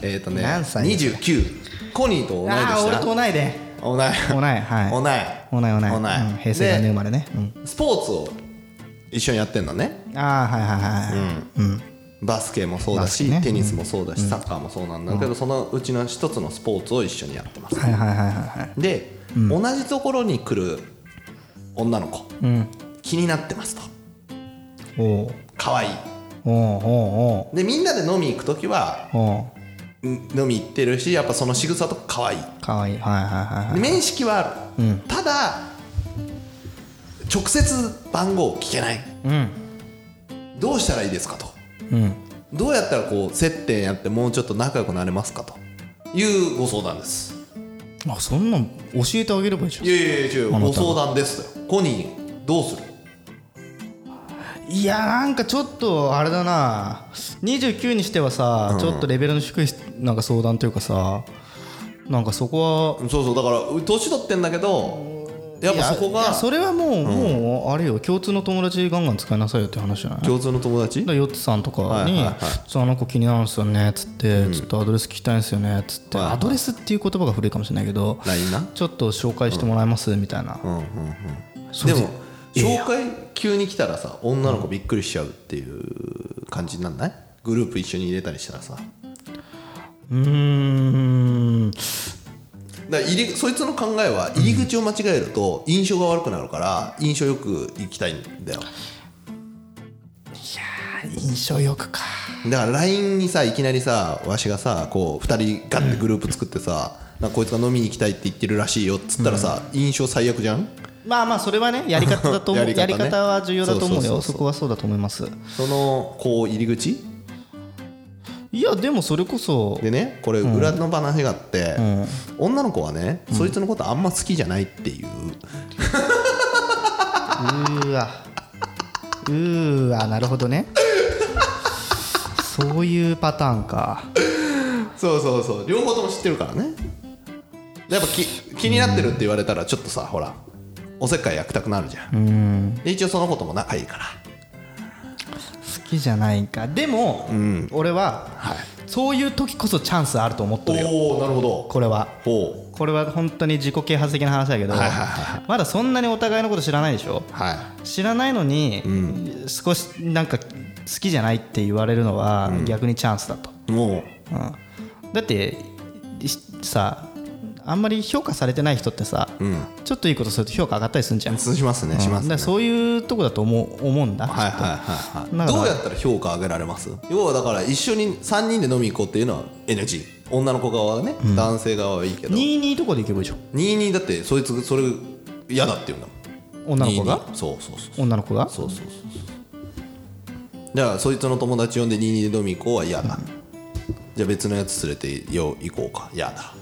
S2: えっ、ー、とね
S3: 何歳ですか
S2: 29コニーと同い年
S3: ああー俺
S2: だ
S3: と同いで
S2: 同い
S3: 同いはい
S2: 同い
S3: 同い同い
S2: 同い
S3: うん平成元年
S2: で
S3: 生まれねうん
S2: スポーツを一緒にやってんのね
S3: ああはいはいはい
S2: バスケもそうだし、
S3: バスケね
S2: テニスもそうだし、サッカーもそうなんだけど、そのうちの一つのスポーツを一緒にやってます、
S3: はいはいはいはいはい
S2: で、同じところに来る女の子
S3: うん
S2: 気になってますと
S3: おお
S2: 可愛い
S3: おお
S2: でみんなで飲み行く時は
S3: おおお
S2: ん飲み行ってるしやっぱその仕草とか可愛い
S3: かわいいはいはいはい
S2: で面識はある、ただ直接番号を聞けない
S3: うん
S2: どうしたらいいですかと
S3: うん
S2: どうやったらこう接点やってもうちょっと仲良くなれますかというご相談です
S3: あそんなん教えてあげればいいじゃん
S2: いやいやいや違う
S3: あな
S2: ご
S3: たが
S2: 相談ですよコニーどうする
S3: いやなんかちょっとあれだな29にしてはさ、ちょっとレベルの低いなんか相談というかさなんかそこは
S2: そうそうだから年取ってんだけどやっぱそこ
S3: いやい
S2: が
S3: やそれはもう、もうあれよ共通の友達ガンガン使いなさいよって話じゃない
S2: 共通の友達
S3: だヨッツさんとかに
S2: はいはいはい
S3: 「ちょっとあの子気になるんですよね」っつって、ちょっとアドレス聞きたいんですよね」っつって、
S2: はいはい
S3: アドレスっていう言葉が古いかもしれないけど
S2: LINE な
S3: ちょっと紹介してもらえます、みたいな、
S2: でも紹介急に来たらさ女の子びっくりしちゃうっていう感じになんないグループ一緒に入れたりしたらさだか
S3: うーん
S2: ら入りそいつの考えは入り口を間違えると印象が悪くなるから印象よく行きたいんだよ
S3: 印象よくか
S2: だから LINE にさいきなりさわしがさこう2人ガッてグループ作ってさなんかこいつが飲みに行きたいって言ってるらしいよっつったらさ印象最悪じゃん
S3: まあまあそれはねやり方だと思う
S2: <laughs> や
S3: や
S2: り
S3: り,、
S2: 方ね
S3: 方は重要だと思うよ
S2: そうそうそうそ
S3: そうこはそうだと思います
S2: そのこう入り口
S3: いやでもそれこそ
S2: でねこれ裏の話があって、女の子はねそいつのことあんま好きじゃないっていう、
S3: うーわうーわなるほどねそういうパターンか
S2: そうそうそう両方とも知ってるからねやっぱき気になってるって言われたらちょっとさほらおせっかい焼きたくなるじゃん、で一応そのことも仲いいから
S3: 好きじゃないかでも、俺は、そういう時こそチャンスあると思ってるよ
S2: おおなるほど
S3: これは
S2: ほう
S3: これは本当に自己啓発的な話だけど、
S2: はいはいは
S3: まだそんなにお互いのこと知らないでしょ
S2: はい
S3: 知らないのに、少しなんか好きじゃないって言われるのは逆にチャンスだと、
S2: も
S3: うんだっていさあんまり評価されてない人ってさ、ちょっといいことすると評価上がったりするんじゃん、
S2: うしますねしま
S3: だか
S2: すね
S3: らそういうとこだと思う思うんだ、
S2: はいはいはい
S3: だから
S2: はいどうやったら評価上げられます要はだから一緒に3人で飲み行こうっていうのは NG 女の子側はね、男性側はいいけど
S3: 22とこでいけばいいじゃん
S2: 22だってそいつそれ嫌だって言うんだもん
S3: 女の子が
S2: 22そうそうそう
S3: 女の子が
S2: そうそうそうそうじゃあそいつの友達呼んで22で飲み行こうは嫌だ、じゃあ別のやつ連れてよ行こうか嫌だ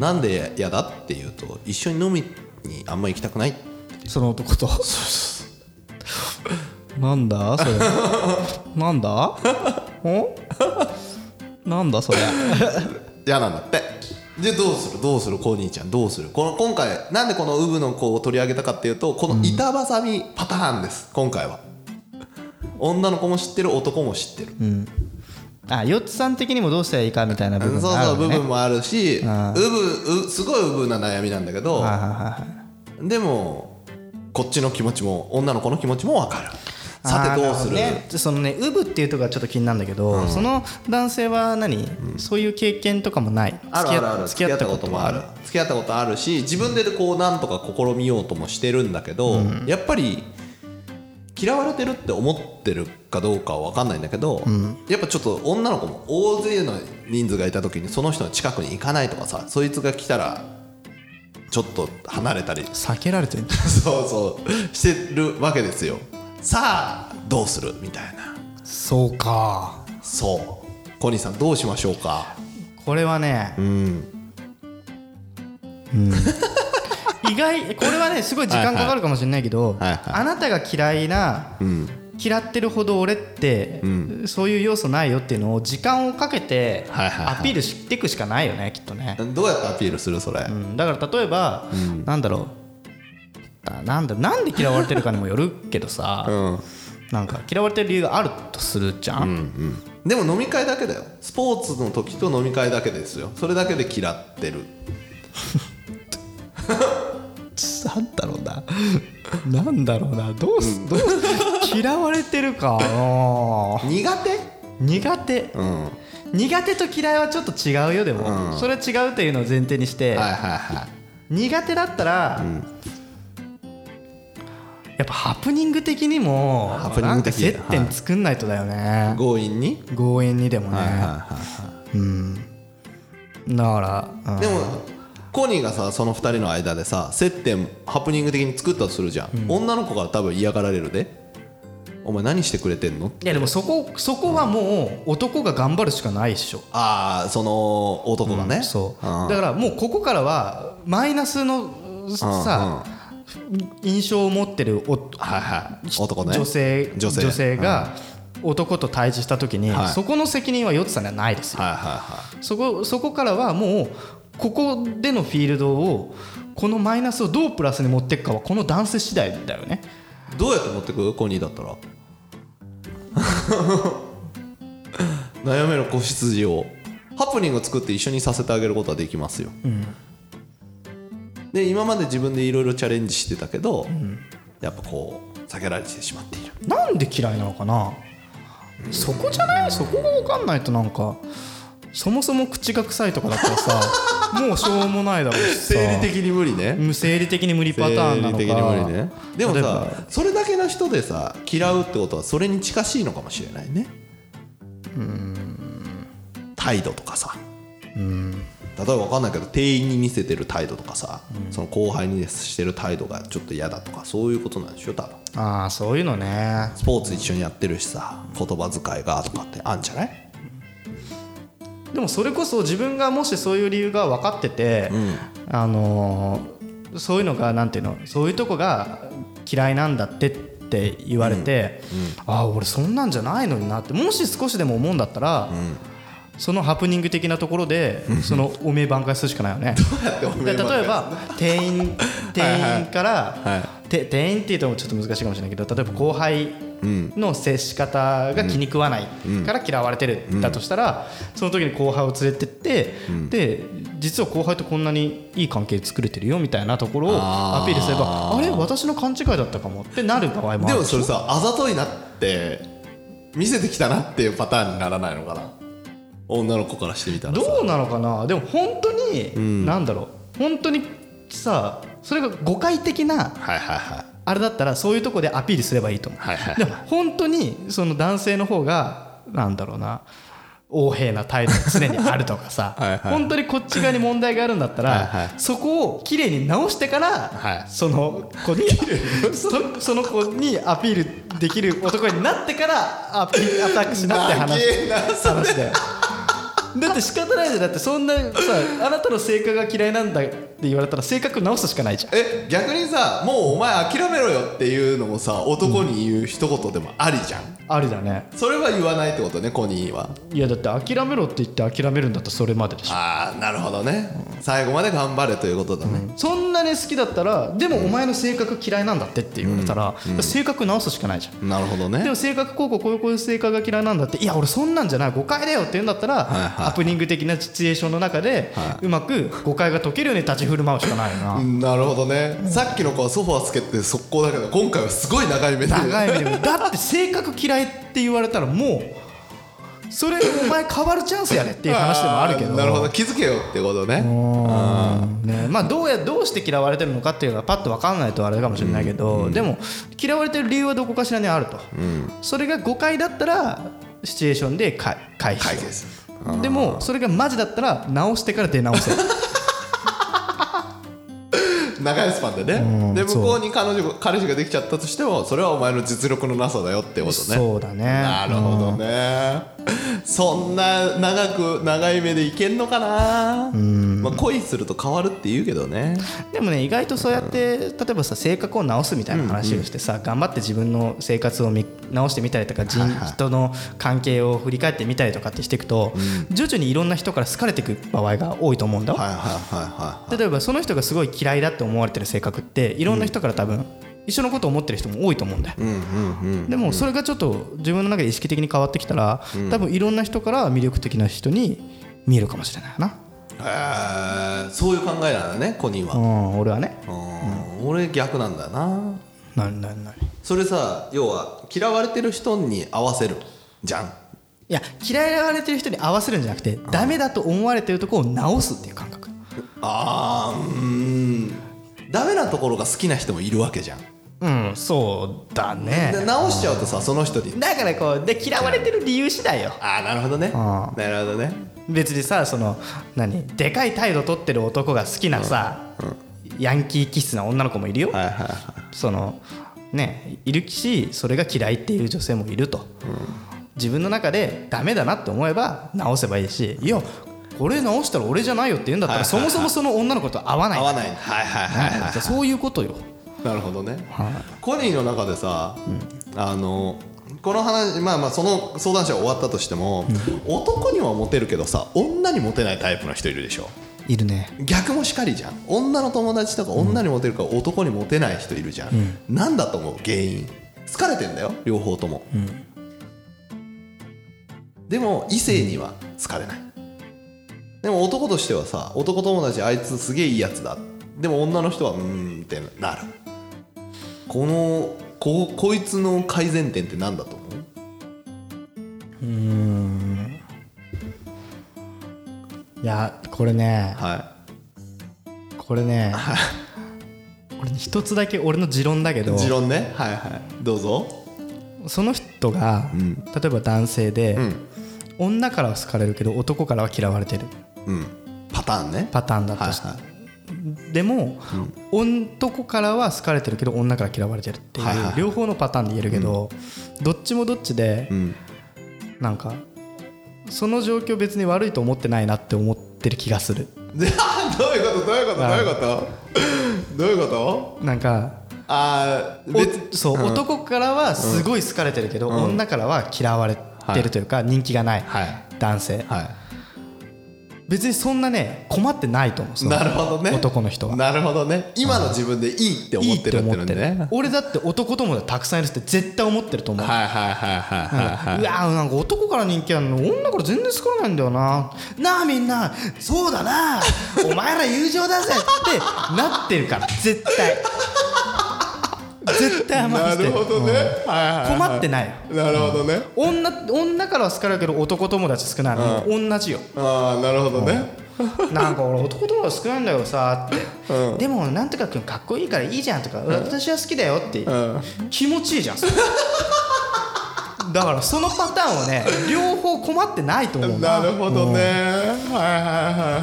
S2: なんで嫌だっていうと一緒に飲みにあんま行きたくない
S3: その男となんだそれなんだおなんだそれ
S2: 嫌なんだってでどうするどうするコニーちゃんどうするこの今回なんでこのウブの子を取り上げたかっていうとこの板挟みパターンです今回は女の子も知ってる男も知ってる、
S3: あ四つさん的にもどうしたらいいかみたいな部分
S2: そう
S3: があ
S2: そう
S3: る
S2: 部
S3: ね
S2: 分もあるしウブうすごいウブな悩みなんだけど
S3: はいはいはいはい
S2: でもこっちの気持ちも女の子の気持ちも分かるさてどうする
S3: あーなほどねそのねウブっていうとこがちょっと気になるんだけど、その男性は何、そういう経験とかもない
S2: あるあるある
S3: 付
S2: 付
S3: き
S2: き
S3: 合
S2: 合
S3: っ
S2: ったた
S3: こ
S2: ことと
S3: も
S2: も
S3: あ
S2: あ
S3: る
S2: る付き合ったことあるし自分でこうなんとか試みようともしてるんだけど、やっぱり嫌われてるって思ってるかどうかは分かんないんだけど、やっぱちょっと女の子も大勢の人数がいた時にその人の近くに行かないとかさそいつが来たらちょっと離れたり <laughs>
S3: 避けられてる
S2: そうそうしてるわけですよさあどうするみたいな
S3: そうか
S2: そうコニーさんどうしましょうか
S3: これは
S2: <laughs>
S3: ね、
S2: うん
S3: 意外これはねすごい時間かかるかもしれないけど、
S2: はいはい
S3: あなたが嫌いな、嫌ってるほど俺って、そういう要素ないよっていうのを時間をかけて
S2: はいはいはい
S3: アピールしていくしかないよねきっとね、
S2: どうやってアピールするそれ、
S3: うんだから例えば、なんだろうあなんだなんで嫌われてるかにもよるけどさ、なんか嫌われてる理由があるとするじゃん、
S2: でも飲み会だけだよスポーツの時と飲み会だけですよそれだけで嫌ってる
S3: なんだろうななん <laughs> だろうなどうす、どうす嫌われてるかな
S2: 苦
S3: 苦手、
S2: 手うんはい
S3: 苦手と嫌いはちょっと違うよでも、それは違うというのを前提にして、
S2: はいはい
S3: 苦手だったら、やっぱハプニング的にも
S2: ハプニ
S3: な
S2: ン
S3: んか
S2: グ的
S3: 接点作んないとだよね、
S2: 強引に
S3: 強引にでもね、
S2: はいはいは
S3: だから、うん
S2: いでもコニーがさその2人の間でさ接点ハプニング的に作ったとするじゃん、女の子から多分嫌がられるでお前何してくれてんの
S3: いやでもそこそこはもう男が頑張るしかないっしょ、
S2: ああその男がね、
S3: そう
S2: うん
S3: だからもうここからはマイナスの
S2: ん
S3: さ、印象を持ってるお
S2: はいはい男ね
S3: 女性
S2: 女性
S3: が男と対峙した時に、
S2: はい
S3: そこの責任はヨッツさんにはないですよ、
S2: はいはいはい
S3: そこそこからはもうここでのフィールドをこのマイナスをどうプラスに持っていくかはこの男性次第だよね
S2: どうやって持ってくコニーだったら <laughs> 悩める子羊をハプニング作って一緒にさせてあげることはできますよ、で今まで自分でいろいろチャレンジしてたけど、やっぱこう避けられてしまっている
S3: なんで嫌いなのかなそこじゃないそこが分かんないとなんかそもそも口が臭いとかだったら
S2: <laughs>
S3: さもうしょうもないだろうしさ
S2: 生理的に無理ね
S3: 無生理的に無理パターンなのか
S2: 生理的に無理ねでも
S3: 例えば
S2: さそれだけの人でさ嫌うってことはそれに近しいのかもしれないね態度とかさ例えば分かんないけど店員に見せてる態度とかさ、その後輩にしてる態度がちょっと嫌だとかそういうことなんでしょ多分
S3: ああそういうのね
S2: スポーツ一緒にやってるしさ言葉遣いがとかってあんじゃない
S3: でもそれこそ自分がもしそういう理由が分かってて、あのーそういうのがなんていうのそういうとこが嫌いなんだってって言われて、ああ俺そんなんじゃないのになってもし少しでも思うんだったら、そのハプニング的なところでそのおめえ挽回するしかないよね。で例えば店員店員から、て店員っていうとちょっと難しいかもしれないけど例えば後輩の接し方が気に食わないから嫌われてる、だとしたらその時に後輩を連れてって、で実は後輩とこんなにいい関係作れてるよみたいなところを
S2: あー
S3: アピールすればあれ私の勘違いだったかもってなる場合もある
S2: でもそれさあざといなって見せてきたなっていうパターンにならないのかな女の子からしてみたらさ
S3: どうなのかなでも本当に、なんだろう本当にさそれが誤解的な
S2: はいはいはい
S3: あれだったらそういうとこでアピールすればいいと思う、
S2: はいはい
S3: でも本当にその男性の方がなんだろうな横柄な態度が常にあるとかさ
S2: <laughs> はいはい
S3: 本当にこっち側に問題があるんだったら
S2: はいはい
S3: そこをきれいに直してから、
S2: はい
S3: その子
S2: <laughs>
S3: にそその子にアピールできる男になってからアピアタックしなって話
S2: 長えな
S3: 話だよだって仕方ないじゃんだってそんなさあなたの性格が嫌いなんだって言われたら性格直すしかないじゃん
S2: え逆にさもうお前諦めろよっていうのもさ男に言う一言でもありじゃん、
S3: あるだね
S2: それは言わないってことねコニーはい
S3: やだって諦めろって言って諦めるんだったらそれまででしょ
S2: ああなるほどね、最後まで頑張れということだね、
S3: そんなに好きだったらでもお前の性格嫌いなんだってって言われたら、性格直すしかないじゃん、
S2: なるほどね
S3: でも性格こうこうこういうこういう性格が嫌いなんだっていや俺そんなんじゃない誤解だよって言うんだったら、
S2: はいはい
S3: ハプニング的なシチュエーションの中で、うまく誤解が解けるように立ち振る舞うしかないよな、
S2: うんなるほどね、さっきの子はソファーつけて速攻だけど今回はすごい長い目で
S3: 長い目で見るだって性格嫌いって言われたらもうそれお前変わるチャンスやねっていう話でもあるけど
S2: ーなるほど気づけよってことね、
S3: ねまあ、どうやどうして嫌われてるのかっていうのはパッと分かんないとあれかもしれないけど、でも嫌われてる理由はどこかしらにあると、それが誤解だったらシチュエーションでか回避
S2: 解決する
S3: でもそれがマジだったら直してから出直せ
S2: 長いスパンでね、
S3: ん
S2: で向こうに彼女が彼氏ができちゃったとしてもそれはお前の実力のなさだよってことね
S3: そうだね
S2: なるほどね、そんな長く長い目でいけんのかな、まあ、恋すると変わるって言うけどね
S3: でもね意外とそうやって例えばさ性格を直すみたいな話をしてさ、頑張って自分の生活を見直してみたりとか人,、人の関係を振り返ってみたりとかってしていくと、徐々にいろんな人から好かれていく場合が多いと思うんだ、
S2: はいはいはい
S3: 例えばその人がすごい嫌いだって思われてる性格っていろんな人から多分一緒のことを思ってる人も多いと思うんだよ、でもそれがちょっと自分の中で意識的に変わってきたら、多分いろんな人から魅力的な人に見えるかもしれないな、
S2: はい、えー、そういう考えなんだねコニー
S3: う
S2: は、
S3: ん、俺はね
S2: うん俺逆なんだよな
S3: 何何何
S2: それさ要は嫌われてる人に合わせるじゃん
S3: いや嫌われてる人に合わせるんじゃなくて、ダメだと思われてるところを直すっていう感覚
S2: あーうーんダメなところが好きな人もいるわけじゃん
S3: うんそうだ
S2: で
S3: ね
S2: 直しちゃうとさその人に
S3: だからこうで嫌われてる理由次第よ
S2: ああなるほどね
S3: あ
S2: なるほどね
S3: 別にさその何でかい態度取ってる男が好きなさ、ヤンキー気質な女の子もいるよ、
S2: はいはいはい
S3: そのねいるしそれが嫌いっていう女性もいると、自分の中でダメだなって思えば直せばいいしいやこれ直したら俺じゃないよって言うんだったら、
S2: はいはいはい
S3: そもそもその女の子と合わない
S2: 合わないはいはいはいはい
S3: そういうことよ
S2: ななるほどね
S3: はい
S2: コニーの中でさ、あのこの話まあまあその相談者が終わったとしても、男にはモテるけどさ女にモテないタイプの人いるでしょ
S3: いるね
S2: 逆もしかりじゃん女の友達とか女にモテるから男にモテない人いるじゃん、なんだと思う原因疲れてんだよ両方とも、でも異性には疲れない、でも男としてはさ男友達あいつすげえいいやつだでも女の人はうーんってなるこのここいつの改善点って何だと思う
S3: いやこれね
S2: は
S3: これ
S2: <laughs>
S3: ね俺一つだけ俺の持論だけ
S2: い
S3: ど
S2: 持論ねはいはいどうぞ
S3: その人が、
S2: ん
S3: 例えば男性で、
S2: ん
S3: 女からは好かれるけど男からは嫌われてる
S2: うんパターンね
S3: パターンだとして、
S2: はい
S3: でも、男からは好かれてるけど女から嫌われてるっていう、
S2: はいはいはい
S3: 両方のパターンで言えるけど、どっちもどっちで、
S2: うん
S3: なんかその状況別に悪いと思ってないなって思ってる気がする
S2: で <laughs> どういうことどういうことどういうことどういうこと
S3: なんか
S2: ああ
S3: お
S2: 別
S3: そう、男からはすごい好かれてるけど、女からは嫌われてるというか、人気がない、
S2: はい
S3: 男性、
S2: は
S3: 別にそんなね困ってないと思うそ
S2: い
S3: の
S2: なるほどね
S3: 男の人は
S2: なるほどね今の自分でいいって思
S3: いい
S2: っ
S3: ってて
S2: るって
S3: 思
S2: の
S3: って
S2: で
S3: る
S2: ね
S3: 俺だって男友達たくさんいるって絶対思ってると思う、
S2: はいはいはいはいはいはい
S3: いやーなんか男から人気あるの女から全然好かれないんだよななあみんなそうだ
S2: <laughs>
S3: なお前ら友情だぜってなってるから絶対絶対甘く
S2: な
S3: して
S2: る
S3: る
S2: ほどねはいはいはい
S3: 困ってないよ
S2: なるほどね
S3: 女女からは好かれるけど男友達少ないの、同じよ
S2: ああなるほどね
S3: なんか俺男友達少ないんだけどさって、でもなんとか君かっこいいからいいじゃんとか、私は好きだよって、
S2: うん
S3: 気持ちいいじゃんそれだからそのパターンはね両方困ってないと思う
S2: なるほどねはいはい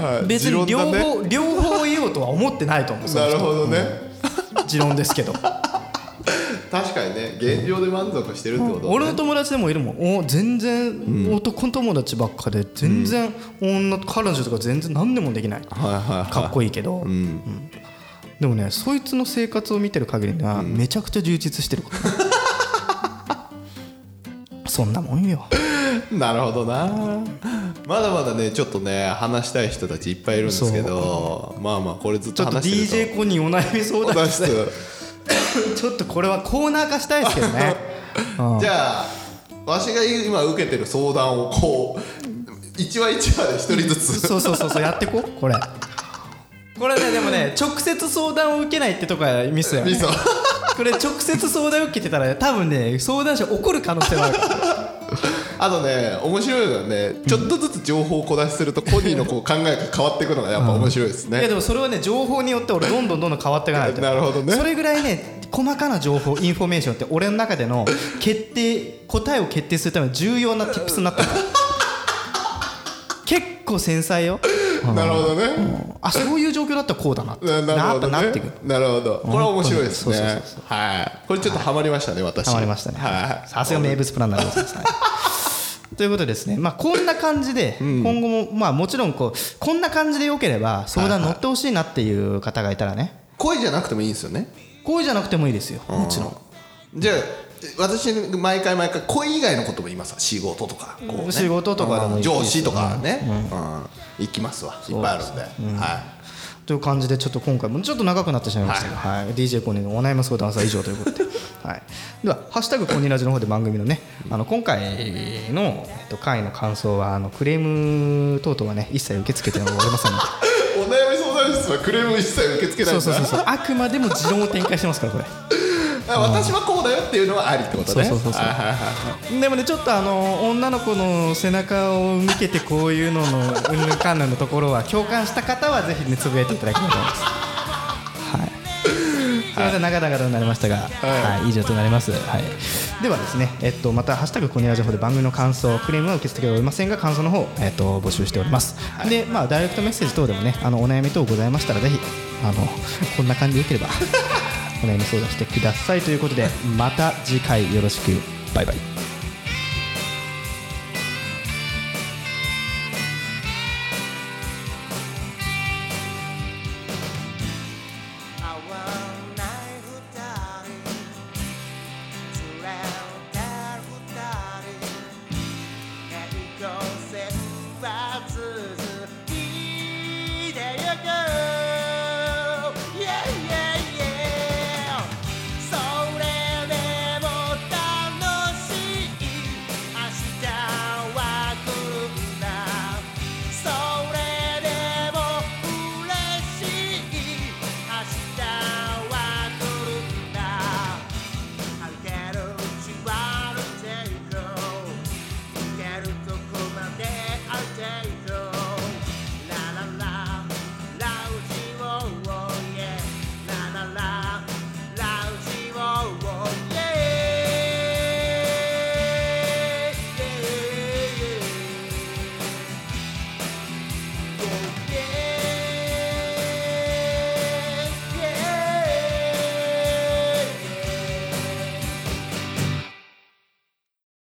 S2: はいはい
S3: 別に
S2: 持
S3: 両
S2: 論だね
S3: 方、両方言おうとは思ってないと思うその
S2: な
S3: 人
S2: るほどね
S3: 持論ですけど
S2: 確かにね現状で満足してるってことだね
S3: 俺の友達でもいるもんお全然男友達ばっかで全然女彼女とか全然何でもできない
S2: はいはいはい
S3: かっこいいけど、
S2: うん
S3: でもねそいつの生活を見てる限りはめちゃくちゃ充実してること、 <laughs> そんなもんよ
S2: なるほどなまだまだねちょっとね話したい人たちいっぱいいるんですけどまあまあこれずっ
S3: ち
S2: と
S3: ょっと
S2: 話してる
S3: DJ コニーお悩み相
S2: と
S3: 談
S2: 話してる
S3: <laughs> ちょっとこれはコーナー化したいですけど <laughs> ね
S2: じゃあわしが今受けてる相談をこう一話一話で一人
S3: <laughs>
S2: ずつ
S3: そうそうそうそうやってここれこれねでもね直接相談を受けないってとこはミスやね
S2: みそ
S3: これ直接相談を受けてたら多分ね相談者怒る可能性はある <laughs>
S2: あとね面白いのはねちょっとずつ情報を小出しするとコニーのこう考えが変わっていくのがやっぱ面白いです
S3: いや
S2: ね
S3: でもそれはね情報によって俺どんどんどんどん変わっていかないと
S2: なるほどね
S3: それぐらいね細かな情報インフォメーションって俺の中での決定答えを決定するための重要な tips になった <laughs> から結構繊細よ
S2: なるほどね
S3: あそういう状況だったらこうだなって
S2: ななるほど
S3: な
S2: ね
S3: ってくる
S2: なるほどこれは面白いですね
S3: そうそうそ
S2: はいこれちょっとハマりましたね私
S3: たまりましたね
S2: はい
S3: さすが名物プランナーでございますね <laughs> ということでですね、まあ、こんな感じで今後も、まあ、もちろんこうこんな感じでよければ相談乗ってほしいなっていう方がいたらね
S2: 恋じゃなくてもいいんですよね
S3: 恋じゃなくてもいいですよもちろん
S2: じゃあ私毎回毎回恋以外のことも言いますわ仕事とかこう、ね、
S3: 仕事とかでもいいし
S2: 上司とかね、うん行きますわいっぱいあるんでは
S3: という感じでちょっと今回もちょっと長くなってしまいましたが、はい DJ コニーのお悩み相談は以上ということで、 <laughs> はい、では「ハッシュタグコニラジ」の方で番組のねあの今回の、えっと、回の感想はあのクレーム等々はね一切受け付けておりませんので <laughs>
S2: い、お悩み相談室はクレーム一切受け付けない
S3: そ
S2: ん
S3: う
S2: だ
S3: そうそうそうあくまでも持論を展開してますからこれ。
S2: あ私はこうだよっていうのはありってことね
S3: そうそうそうそう
S2: はいはいはい
S3: でもねちょっとあの女の子の背中を向けてこういうののうんぬんかんぬんのところは共感した方はぜひねつぶやいていただきたいと思います。はい。すみません長々となりましたが、はい、以上となります。はい。ではですね、えっとまたハッシュタグコニラ情報で番組の感想、クレームは受け付けておりませんが感想の方えっと募集しております。でまあダイレクトメッセージ等でもねあのお悩み等ございましたらぜひあの <laughs> こんな感じでよければ <laughs> お悩み相談してくださいということでまた次回よろしくバイバイ。
S4: 合わない二 yeah, you go. Yeah, yeah, yeah. それでも楽しい明日は来るんだそれでも嬉しい明日は来るんだ I get out you out of Jericho Get out to come out there out Jericho La la la La oh yeah La la la La oh yeah Yeah yeah yeah